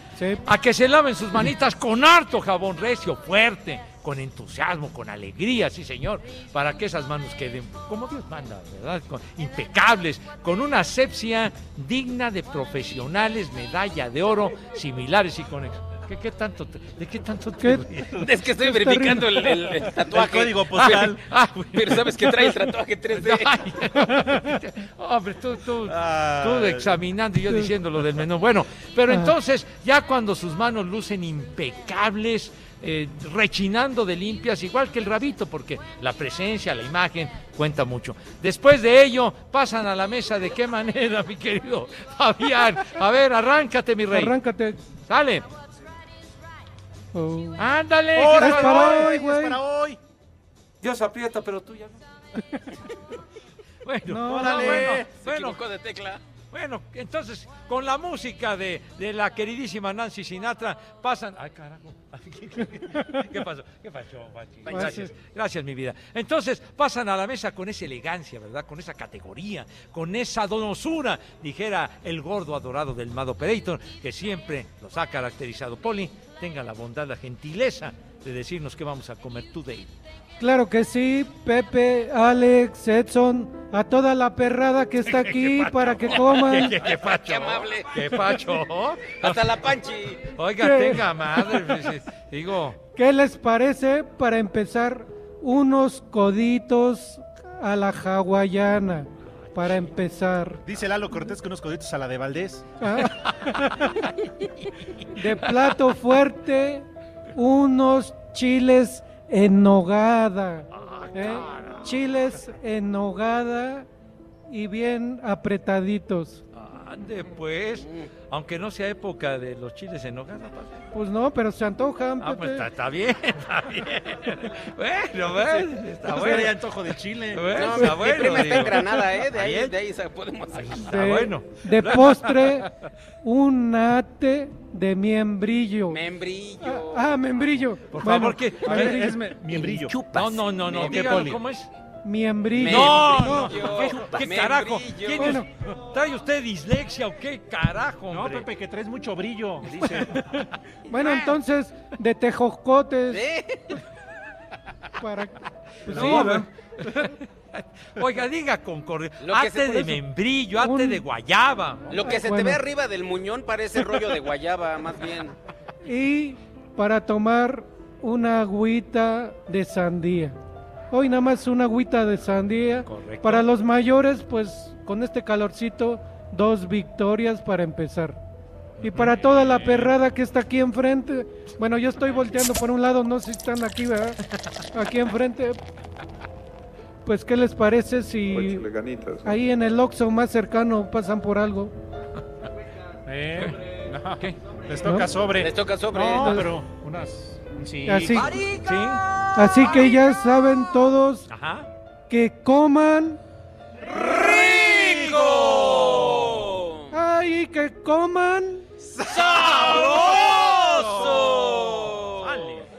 a que se laven sus manitas con harto jabón recio, fuerte, con entusiasmo, con alegría, sí, señor, para que esas manos queden como Dios manda, ¿verdad? Con- impecables, con una asepsia digna de profesionales, medalla de oro, similares y con... ¿Qué, qué tanto te- ¿De qué tanto
¿Qué?
te ríes?
Es que estoy
¿Qué <laughs> está
verificando el,
riendo?
el- el tatuaje.
<laughs>
Ah, pero- <laughs> Pero sabes que trae el tatuaje <laughs> 3D.
Ay, <laughs> hombre, tú, tú, tú examinando y yo diciendo lo del menú. Bueno, pero entonces, ya cuando sus manos lucen impecables, eh, rechinando de limpias, igual que el rabito, porque la presencia, la imagen cuenta mucho. Después de ello, pasan a la mesa. ¿De qué manera, <laughs> mi querido Fabián? A ver, arráncate, mi rey.
Arráncate.
Sale.
Oh.
Ándale.
Ahora
que
es
se
para
va.
hoy, güey. Es para
hoy.
Dios aprieta, pero tú ya no. bueno,
No,
no,
órale.
bueno,
Se
bueno,
equivocó de tecla.
bueno, entonces con la música de, de la queridísima Nancy Sinatra pasan. Ay, carajo. <laughs> ¿Qué pasó? ¿Qué pasó, Pachi? Gracias, gracias, mi vida. Entonces pasan a la mesa con esa elegancia, ¿verdad? Con esa categoría, con esa donosura, dijera el gordo adorado del Mad Operator, que siempre los ha caracterizado. Poli, tenga la bondad, la gentileza de decirnos qué vamos a comer today.
Claro que sí, Pepe, Alex, Edson, a toda la perrada que
<laughs>
está aquí para que coman.
<laughs> Qué, qué pacho. Qué amable. Qué pacho. <laughs>
Hasta la panchi.
Oiga,
¿Qué?
tenga madre. pues, eh, Digo,
¿Qué les parece para empezar unos coditos a la hawaiana? Para empezar. Ah.
Dice Lalo Cortés que unos coditos a la de Valdés.
<laughs> De plato fuerte, unos chiles en nogada.
Ah,
¿eh? Chiles en nogada y bien apretaditos.
ande pues. Ah, Aunque no sea época de los chiles en nogada. padre.
Pues no, pero se antojan.
Ah,
Pepe.
pues está, está bien, está bien. Bueno, bueno, está
Pues,
bueno.
hay antojo de chile.
Bueno,
No,
está
mi
bueno.
prima está en
digo.
Granada, ¿eh? De ahí-
Ayer-
De ahí se podemos
Está
De,
Ah, bueno.
de postre, un ate de miembrillo.
Membrillo.
Ah, ah, membrillo.
Por
Bueno,
favor, que.
a ver, es
me- miembrillo.
No, no, no, no.
Miembrillo.
dígalo, ¿Cómo es?
Miembrillo.
No, no,
Membrillo.
¿qué, qué carajo?
Membrillo.
¿Quién
Bueno.
es- ¿Trae usted dislexia o qué carajo?
No,
hombre?
Pepe, que traes mucho brillo. Dice.
<laughs>
Bueno, entonces, de tejoscotes.
¿eh?
Para... Pues
No,
sí,
hombre.
¿verdad?
<laughs> Oiga, diga con corriente.
Lo que se
Ate de
produce-
membrillo, ate de guayaba.
Lo que se
Bueno.
te ve arriba del muñón parece rollo de guayaba, más bien.
Y para tomar una agüita de sandía. Hoy nada más una agüita de sandía.
Correcto.
Para los mayores, pues con este calorcito, dos victorias para empezar. Y para toda la perrada que está aquí enfrente, bueno, yo estoy volteando por un lado, no sé si están aquí, ¿verdad? Aquí enfrente. Pues, ¿qué les parece si ahí en el Oxxo más cercano pasan por algo?
Eh, no. Les
¿No?
toca sobre.
Les toca sobre.
No, pero unas. Sí.
Así, así que ya saben todos
Ajá.
que coman,
¡Rico!
ay, que coman.
¡Sabroso!
Ah,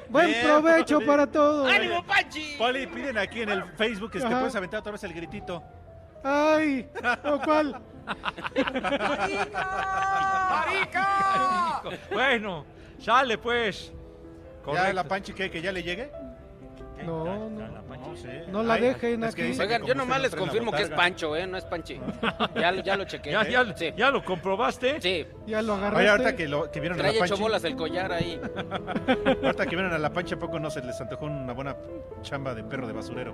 Buen
Bien,
provecho
Poli.
para todos.
¡Ánimo, Panchi!
Poli, piden aquí en el Facebook que te
Ajá.
puedes aventar otra vez el gritito.
Ay, lo cual.
Bueno, sale pues.
¿Ya
Correcto.
la Panchi que, que ya le llegue?
No, no.
No sé.
No la
Ay,
dejen
es que
aquí.
dicen que
Oigan,
como
yo
usted
nomás
no
les
trae la
confirmo que es
botarga.
Pancho, ¿eh? No es Panchi. Ya, lo- ya lo
<laughs>
chequé.
¿Ya, ya,
Sí.
ya lo comprobaste?
Sí.
Ya lo agarraste.
Oye, ahorita que, lo, que vieron a
Trae
la
hecho
Panchi,
bolas el collar ahí.
<laughs> ahorita que vieron a la Panchi, ¿a poco no se les antojó una buena chamba de perro de basurero?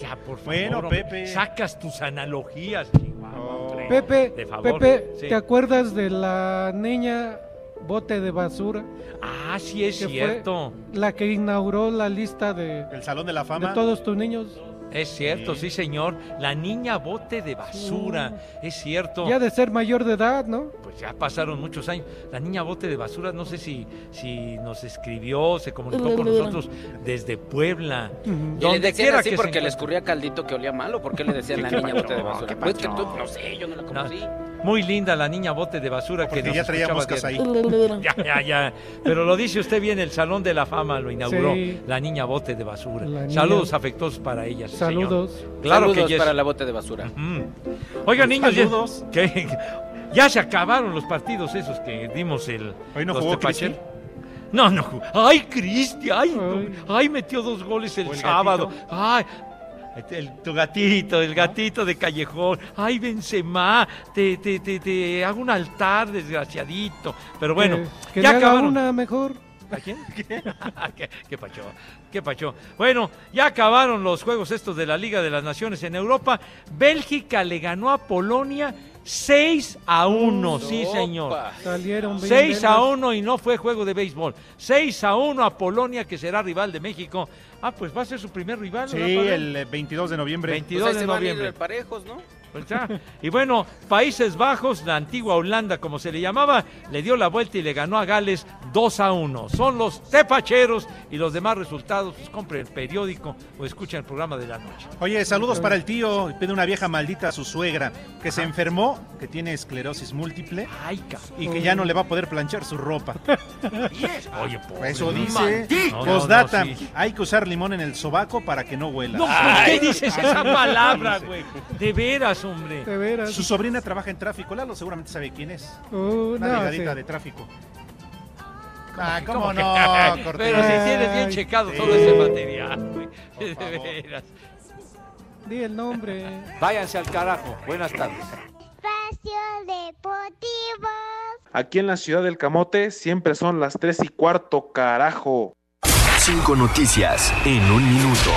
Ya, por favor.
Bueno,
hombre,
Pepe. Oh.
Sacas tus analogías, Chihuahua, hombre.
Pepe,
De favor,
Pepe,
sí.
¿te acuerdas de la niña bote de basura?
Ah, sí es
que fue
cierto.
La que inauguró la lista de,
El Salón de la
de
Fama.
todos tus niños.
Es cierto, sí. señor. La niña bote de basura. Es cierto.
Ya de ser mayor de edad, ¿no?
Pues ya pasaron muchos años. La niña bote de basura, no sé si, si nos escribió, se comunicó con nosotros desde Puebla.
Y le
Donde
decían
quiera
así
que
porque
se
le
encuentre.
escurría caldito que olía malo. ¿Por qué le decían
Sí,
la
¿qué
niña
pasó?
bote de
¿Qué
basura? Pues que
pasó?
tú, no sé, yo no la conocí.
Muy linda la niña bote de basura
Porque
que nos
ya traía
escuchaba
moscas ahí.
diario. Ya, ya, ya. Pero lo dice usted bien, el Salón de la Fama lo inauguró
Sí.
la niña bote de basura.
La niña-
Saludos afectuosos para ella. sí, señor.
Saludos.
Claro
Saludos
que yes.
para la bote de basura.
Mm. Oigan, niños, ya,
Saludos.
<laughs> que- ya se acabaron los partidos esos que dimos el.
Hoy no
los
jugó
Tepachel.
Cristi.
No, no. jugó. Ay, Cristi, ay, no. ay, metió dos goles el
¿O el
sábado. Ay, El- tu gatito, el gatito de callejón. Ay, Benzema, te, te, te, te hago un altar, desgraciadito. Pero bueno,
que, que
ya
le haga
acabaron.
una mejor.
¿A quién? <laughs> ¿Qué, qué pacho? ¿Qué pacho? Bueno, ya acabaron los juegos estos de la Liga de las Naciones en Europa. Bélgica le ganó a Polonia 6 a 1, sí señor.
Salieron bien
6 a
velas.
1 y no fue juego de béisbol. 6 a 1 a Polonia que será rival de México. Ah, pues va a ser su primer rival.
Sí,
¿verdad, Pablo?
el Pues eh, 22 de noviembre.
Pues
22 de noviembre.
parejos, ¿no?
Pues ya. Y bueno, Países Bajos, la antigua Holanda como se le llamaba, le dio la vuelta y le ganó a Gales 2 a 1. Son los tepacheros y los demás resultados, pues compre el periódico o escucha el programa de la noche.
Oye, saludos para el tío. Pide una vieja maldita a su suegra que se enfermó, que tiene esclerosis múltiple y que ya no le va a poder planchar su ropa.
<laughs> Oye, pobre,
Eso
no
dice.
manches. No, no, no,
Postdata.
sí.
Hay que usar limón en el sobaco para que no huela.
No, ¿por qué dices esa
<laughs>
palabra, güey? De veras, hombre.
De veras.
Su sobrina trabaja en tráfico. Lalo seguramente sabe quién es.
Uh,
Una
no,
ligadita
sí.
de tráfico. Ah,
que-
¿cómo
cómo que-
no, Cortés?
Pero si tienes bien
Ay,
checado
sí.
todo ese material, güey. De
favor.
veras.
Di el nombre.
Váyanse al carajo. Buenas tardes.
Aquí en la ciudad del Camote siempre son las 3 y cuarto, carajo.
Cinco noticias en un minuto.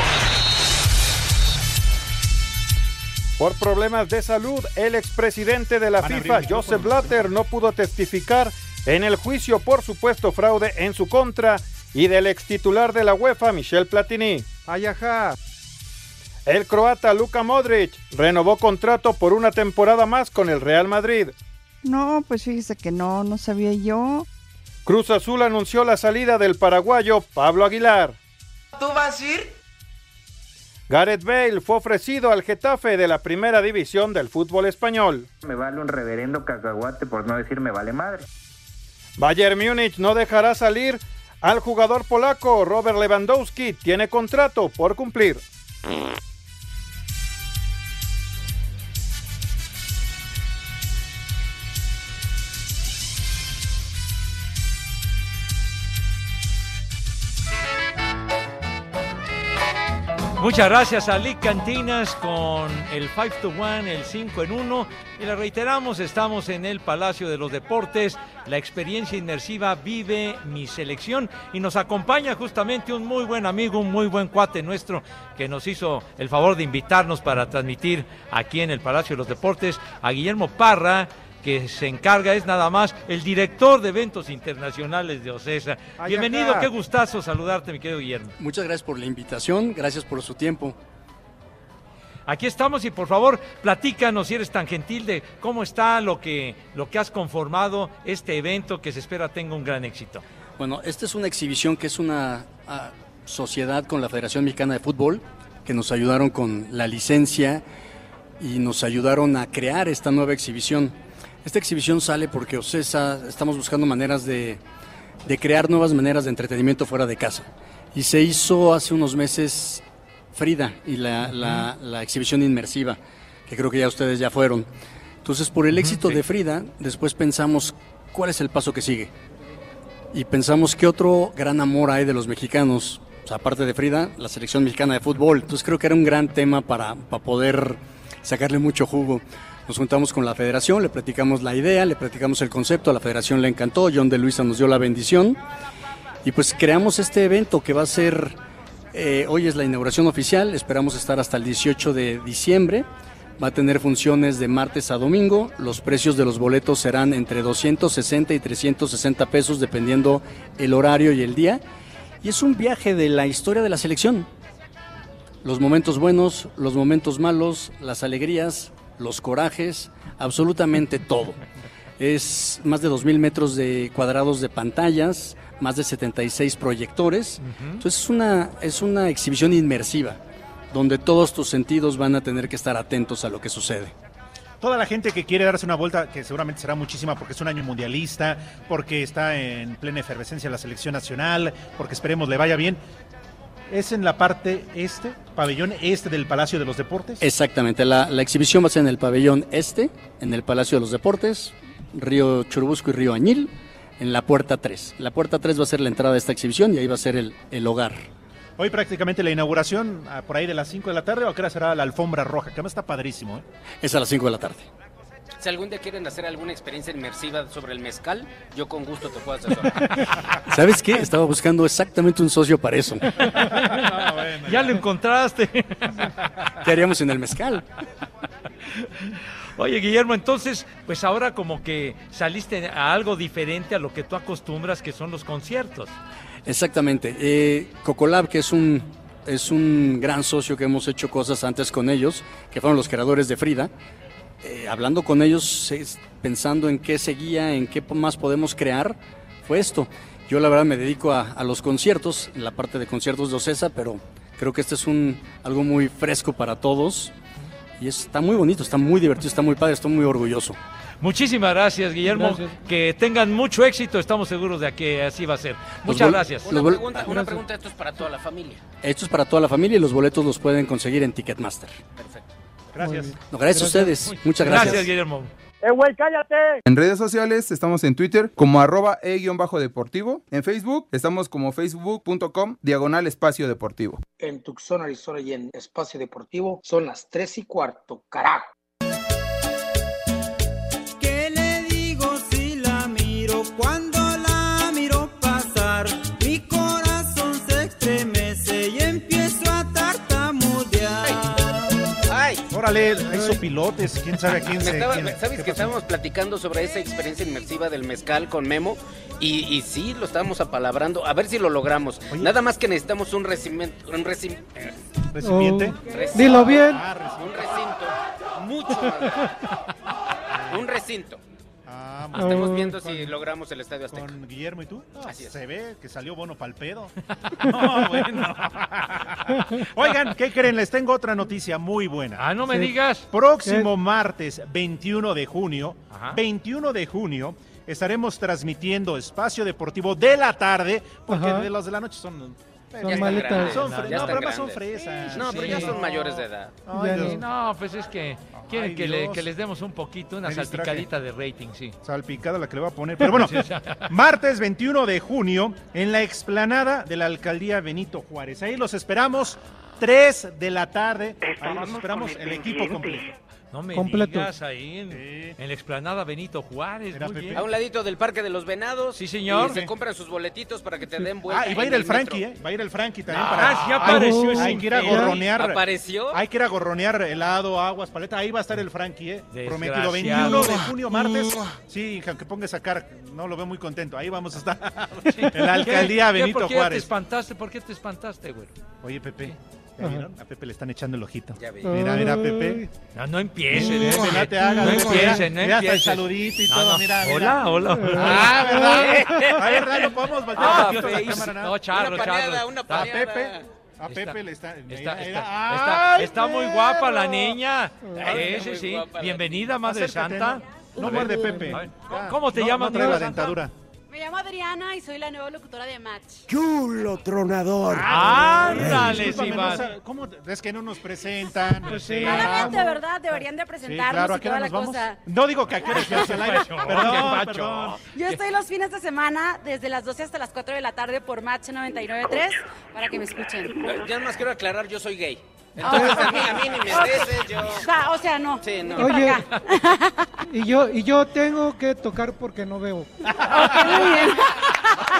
Por problemas de salud, el expresidente de la FIFA, Joseph Blatter, no pudo testificar en el juicio por supuesto fraude en su contra y del extitular de la UEFA, Michel Platini. Ayajá. El croata Luka Modric renovó contrato por una temporada más con el Real Madrid.
No, pues fíjese que no, no sabía yo.
Cruz Azul anunció la salida del paraguayo Pablo Aguilar.
¿Tú vas a ir?
Gareth Bale fue ofrecido al Getafe de la primera división del fútbol español.
Me vale un reverendo cacahuate por no decir me vale madre.
Bayern Múnich no dejará salir al jugador polaco Robert Lewandowski. Tiene contrato por cumplir.
Muchas gracias a Lick Cantinas con el 5 to 1, el 5 en 1. Y le reiteramos, estamos en el Palacio de los Deportes. La experiencia inmersiva vive mi selección. Y nos acompaña justamente un muy buen amigo, un muy buen cuate nuestro que nos hizo el favor de invitarnos para transmitir aquí en el Palacio de los Deportes a Guillermo Parra que se encarga es nada más el director de eventos internacionales de OCESA.
Ay,
Bienvenido,
ajá.
qué gustazo saludarte, mi querido Guillermo.
Muchas gracias por la invitación, gracias por su tiempo.
Aquí estamos y por favor platícanos si eres tan gentil de cómo está lo que, lo que has conformado este evento que se espera tenga un gran éxito.
Bueno, esta es una exhibición que es una ah, sociedad con la Federación Mexicana de Fútbol, que nos ayudaron con la licencia y nos ayudaron a crear esta nueva exhibición. Esta exhibición sale porque OCESA estamos buscando maneras de, de crear nuevas maneras de entretenimiento fuera de casa. Y se hizo hace unos meses Frida y la, la- la exhibición inmersiva, que creo que ya ustedes ya fueron. Entonces, por el éxito de Frida, después pensamos cuál es el paso que sigue. Y pensamos qué otro gran amor hay de los mexicanos, O sea, aparte de Frida, la selección mexicana de fútbol. Entonces creo que era un gran tema para, para poder sacarle mucho jugo. Nos juntamos con la federación, le platicamos la idea, le platicamos el concepto, a la federación le encantó, John de Luisa nos dio la bendición. Y pues creamos este evento que va a ser, eh, hoy es la inauguración oficial, esperamos estar hasta el 18 de diciembre. Va a tener funciones de martes a domingo. Los precios de los boletos serán entre 260 y 360 pesos dependiendo el horario y el día. Y es un viaje de la historia de la selección. Los momentos buenos, los momentos malos, las alegrías, los corajes, absolutamente todo. Es más de 2.000 metros de cuadrados de pantallas, más de 76 proyectores. Entonces es una, es una exhibición inmersiva, donde todos tus sentidos van a tener que estar atentos a lo que sucede.
Toda la gente que quiere darse una vuelta, que seguramente será muchísima porque es un año mundialista, porque está en plena efervescencia la selección nacional, porque esperemos le vaya bien, es en la parte este, pabellón este del Palacio de los Deportes.
Exactamente, la, la exhibición va a ser en el pabellón este, en el Palacio de los Deportes, Río Churubusco y Río Añil, en la puerta 3. La puerta 3 va a ser la entrada de esta exhibición y ahí va a ser el, el hogar.
Hoy prácticamente la inauguración, ah, por ahí de las 5 de la tarde, o a qué hora será la alfombra roja, que además está
<laughs>
padrísimo. ¿eh?
Es a las 5 de la tarde.
Si algún día quieren hacer alguna experiencia inmersiva sobre el mezcal, yo con gusto te puedo asesorar.
¿Sabes qué? Estaba buscando exactamente un socio para eso.
Ah,
ya lo encontraste.
¿Qué haríamos en el mezcal?
Oye, Guillermo, entonces, pues ahora como que saliste a algo diferente a lo que tú acostumbras, que son los conciertos.
Exactamente. Eh, Cocolab, que es un, es un gran socio que hemos hecho cosas antes con ellos, que fueron los creadores de Frida. eh, hablando con ellos, es- pensando en qué seguía, en qué más podemos crear, fue esto. Yo la verdad me dedico a, a los conciertos, en la parte de conciertos de Ocesa, pero creo que este es un, algo muy fresco para todos. Y es- está muy bonito, está muy divertido, está muy padre, estoy muy orgulloso.
Muchísimas gracias, Guillermo.
Gracias.
Que tengan mucho éxito, estamos seguros de que así va a ser.
Pues
Los
Muchas
vol-
gracias.
los vol- Una pregunta, una
pregunta, esto es para toda la familia.
Esto es para toda la familia y los boletos los pueden conseguir en Ticketmaster.
Perfecto.
Gracias.
No, gracias a ustedes. Muchas gracias.
Guillermo.
¡Eh, güey, cállate!
En redes sociales estamos en Twitter como arroba e-deportivo. En Facebook estamos como facebook.com diagonal espacio deportivo.
En Tucson, Arizona y en Espacio Deportivo son las 3 y cuarto, carajo.
¿Qué le digo si la miro? Cuando la miro pasar, mi corazón se estremece y empiezo a tartamudear.
¡Ay!
Órale, hay sopilotes, quién sabe a quién
Me
se...
estaba-
quién-
¿Sabes que estábamos platicando sobre esa experiencia inmersiva del mezcal con Memo? Y, y sí, lo estábamos apalabrando. A ver si lo logramos. Nada más que necesitamos un recimiento. Un recim- eh,
¿Recipiente?
Reci-
Oh, Dilo bien.
Ah,
Un recinto. Mucho
Ah.
más. Un recinto. Estamos viendo si logramos el Estadio Azteca.
Con Guillermo y tú. No, se ve que salió bono pal pedo. No, <laughs>
No,
Oh, bueno.
bueno.
Oigan, ¿qué creen? Les tengo otra noticia muy buena. Ah,
no me Sí. digas.
Próximo martes 21 de junio, 21 de junio, estaremos transmitiendo Espacio Deportivo de la tarde, porque
Ajá.
de los de la noche son...
Son
Ya están
maletas.
grandes, Son
Ya
fre- no,
están
pero más son
grandes.
fresas.
No, pero ya son mayores de edad.
Ay,
Ay,
Dios.
no, pues es que quieren
Ay,
que, le-
Dios.
que les demos un poquito, una
Me distraje.
salpicadita de rating, sí.
Salpicada la que le va a poner. Pero
<laughs>
bueno, martes 21 de junio en la explanada de la alcaldía Benito Juárez. Ahí los esperamos, 3 de la tarde. Ahí los esperamos el equipo completo.
No me
Completo.
digas ahí en, en la explanada Benito Juárez. muy bien.
A un ladito del Parque de los Venados.
Sí, señor.
Y se compran sus boletitos para que te den vuelta.
Ah, y va a ir
en
el Frankie,
metro.
¿eh? Va a ir el Frankie también.
Ah,
para...
sí apareció
Hay-
ese
Hay que ir a
infeliz.
gorronear.
¿Apareció?
Hay que ir a gorronear helado, aguas, paleta. Ahí va a estar el Frankie, ¿eh? Prometido.
Desgraciado.
21 de junio, martes. Sí, aunque ponga esa cara, no lo veo muy contento. Ahí vamos a estar. <laughs> En la alcaldía
¿Qué- qué-
Benito
¿Por qué te
Juárez.
espantaste? ¿Por qué te espantaste, güey?
Oye, Pepe. ¿ya
Ajá.
vieron? A Pepe le están echando el ojito.
vi.
Mira, mira, Pepe.
No, no empieces.
Pepe,
Pepe.
no te hagas.
No
Pepe.
empieces, no
Mira, hasta el
empieces.
saludito y
No,
todo.
no.
Mira,
Hola,
mira.
hola, hola.
Ah,
<laughs>
¿verdad? Ah, ¿verdad? No podemos voltear
Ah,
un poquito la
Pepe.
cámara, nada.
No, charro,
Una
charro.
paneada, una
Está-
paneada. A Ah, Pepe le está.
Está,
mira,
está-
mira.
está-
¡Ay,
está muy
perro!
guapa la niña.
Ay,
Eh,
está
sí,
muy
sí.
guapa la
Bienvenida, Madre
Acércate,
Santa.
no. No
A ver,
muerde, Pepe.
a ver,
Ya.
¿cómo- ¿Cómo te
No,
llamas,
no trae la
Madre Santa?
dentadura.
Me llamo Adriana y soy la nueva locutora de Match.
Chulo tronador.
Ay,
Ándale,
discúlpame,
Sivas.
no sabe- ¿Cómo? te- Es que no nos presentan.
Claramente,
Ah,
¿verdad? Deberían de
Sí,
presentarnos
claro, ¿a
y
qué
toda
hora
la
nos vamos?
cosa.
No digo que a qué hora estamos al aire.
Qué macho,
<laughs> Perdón,
qué macho.
perdón.
Yo estoy los fines de semana desde las 12 hasta las 4 de la tarde por Match 99.3 para que me escuchen.
Eh, Ya más quiero aclarar, yo soy gay. Entonces, a, mí, a mí ni me
Ah. Ok.
deses, yo...
Ah, o sea, no.
Sí, no.
Oye, y yo, y yo tengo que tocar porque no veo.
Muy
<laughs>
bien.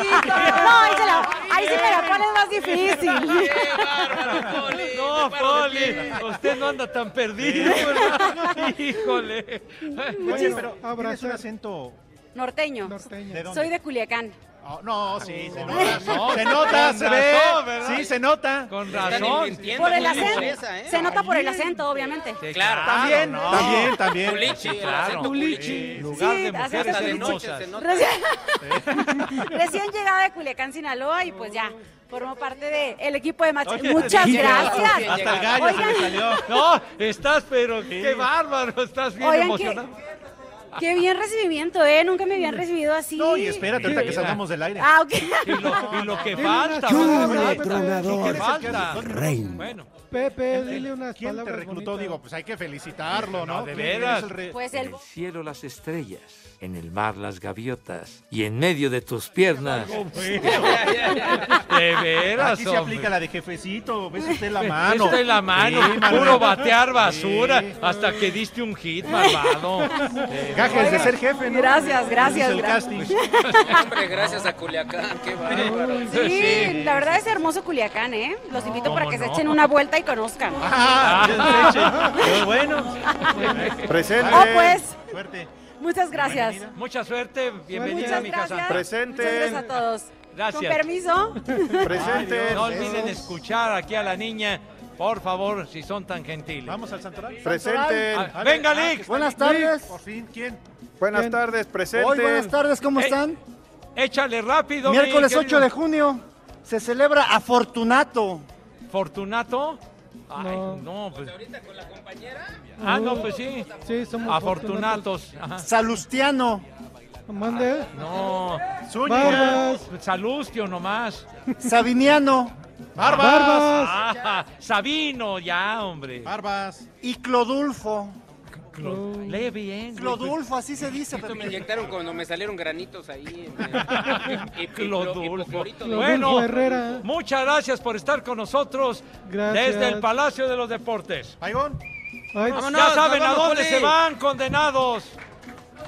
<laughs> No, ahí se la, ahí sí me la pones más difícil.
No, Poli, usted no anda tan perdido, ¿verdad?
<laughs>
Híjole.
Oye, pero tienes un acento.
<laughs> Norteño.
¿De dónde?
Soy de Culiacán.
no, sí, se
No,
nota. Se
con
nota, se ve.
razón, ¿verdad?
Sí, se nota.
Con
razón. Por el acento.
¿eh?
¿eh?
Se nota por el acento, obviamente.
Claro. También,
no.
también, también.
Pulichi, Sí, el claro. acento
Pulichi.
Lugar de
así se
mujeres
hace
hermosas.
<laughs>
Recién, recién llegada de Culiacán, Sinaloa, y pues ya, formo parte del equipo de Match.
Oye,
Muchas
bien
gracias.
llegado, bien
Oigan,
llegado.
<laughs>
No, estás, pero qué bárbaro, estás bien
Oigan,
emocionado.
qué bien recibimiento, ¿eh? Nunca me habían recibido así.
No, y espérate hasta que salgamos del aire.
Ah, ok.
Y lo, y lo que
Dile una
falta,
chulo
¿verdad?
tronador.
¿Qué falta?
Reina.
Bueno,
Pepe,
El- el-
Eh, dile unas
¿Quién te
palabras
reclutó?
bonitas.
Digo, pues hay que felicitarlo, ¿no?
No, de
¿Quién es
veras.
el re-
Pues el
En el cielo las estrellas, en el mar las gaviotas y en medio de tus piernas.
Oh,
De
veras,
Aquí se
hombre.
aplica la de jefecito, ves usted la mano.
Esta es la mano,
Sí, Manuel.
puro batear basura
Sí.
hasta que diste un hit, malvado. De
Gajes de
veras.
ser jefe, ¿no?
Gracias, gracias,
Ese es el
gracias.
casting.
Hombre, gracias a Culiacán, qué bárbaro.
Sí, la verdad es hermoso Culiacán, ¿eh? Los invito para que se
no?
echen una vuelta y conozcan.
Ah, que se
pues
echen. Qué bueno.
Presente.
Oh, pues,
Suerte.
muchas gracias.
Mucha suerte, bienvenida
Muchas
a mi casa.
gracias. Muchas gracias a todos.
Gracias.
Con permiso.
Presente. No olviden escuchar aquí a la niña, por favor, si son tan gentiles. Vamos
al santoral.
Presente.
Ah, venga, Lix.
Buenas
tardes.
Por fin, ¿quién?
Buenas tardes, presente.
Hoy, buenas tardes, ¿cómo
Eh,
están?
Échale rápido. mi
Miércoles
querido.
8 de junio se celebra a Fortunato.
¿Fortunato? Ay, no, pues. ¿Ahorita con la compañera? Ah, no, pues sí.
Sí, somos
Afortunatos. Ajá.
Salustiano.
Mande.
No.
Zúñiga.
Barbas. Salustio nomás.
Sabiniano.
Ah, Sabino, ya, hombre.
Barbas.
Y Clodulfo.
Clo- Lee bien. pues.
Clodulfo, así se dice.
Esto me inyectaron cuando me salieron granitos ahí.
<laughs>
en el-
Clodulfo.
hipoclorito de-
Bueno, muchas gracias por estar con nosotros
Gracias.
desde el Palacio de los Deportes.
Ay,
ya saben a dónde se van, condenados.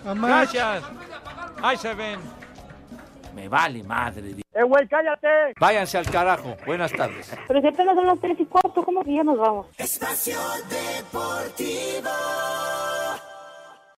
A más.
Gracias. Ahí se ven.
Me vale madre. di-
¡Eh, güey, cállate!
Váyanse al carajo. Buenas tardes.
Pero si apenas son las 3 y cuarto, ¿cómo que ya nos vamos?
Espacio Deportivo.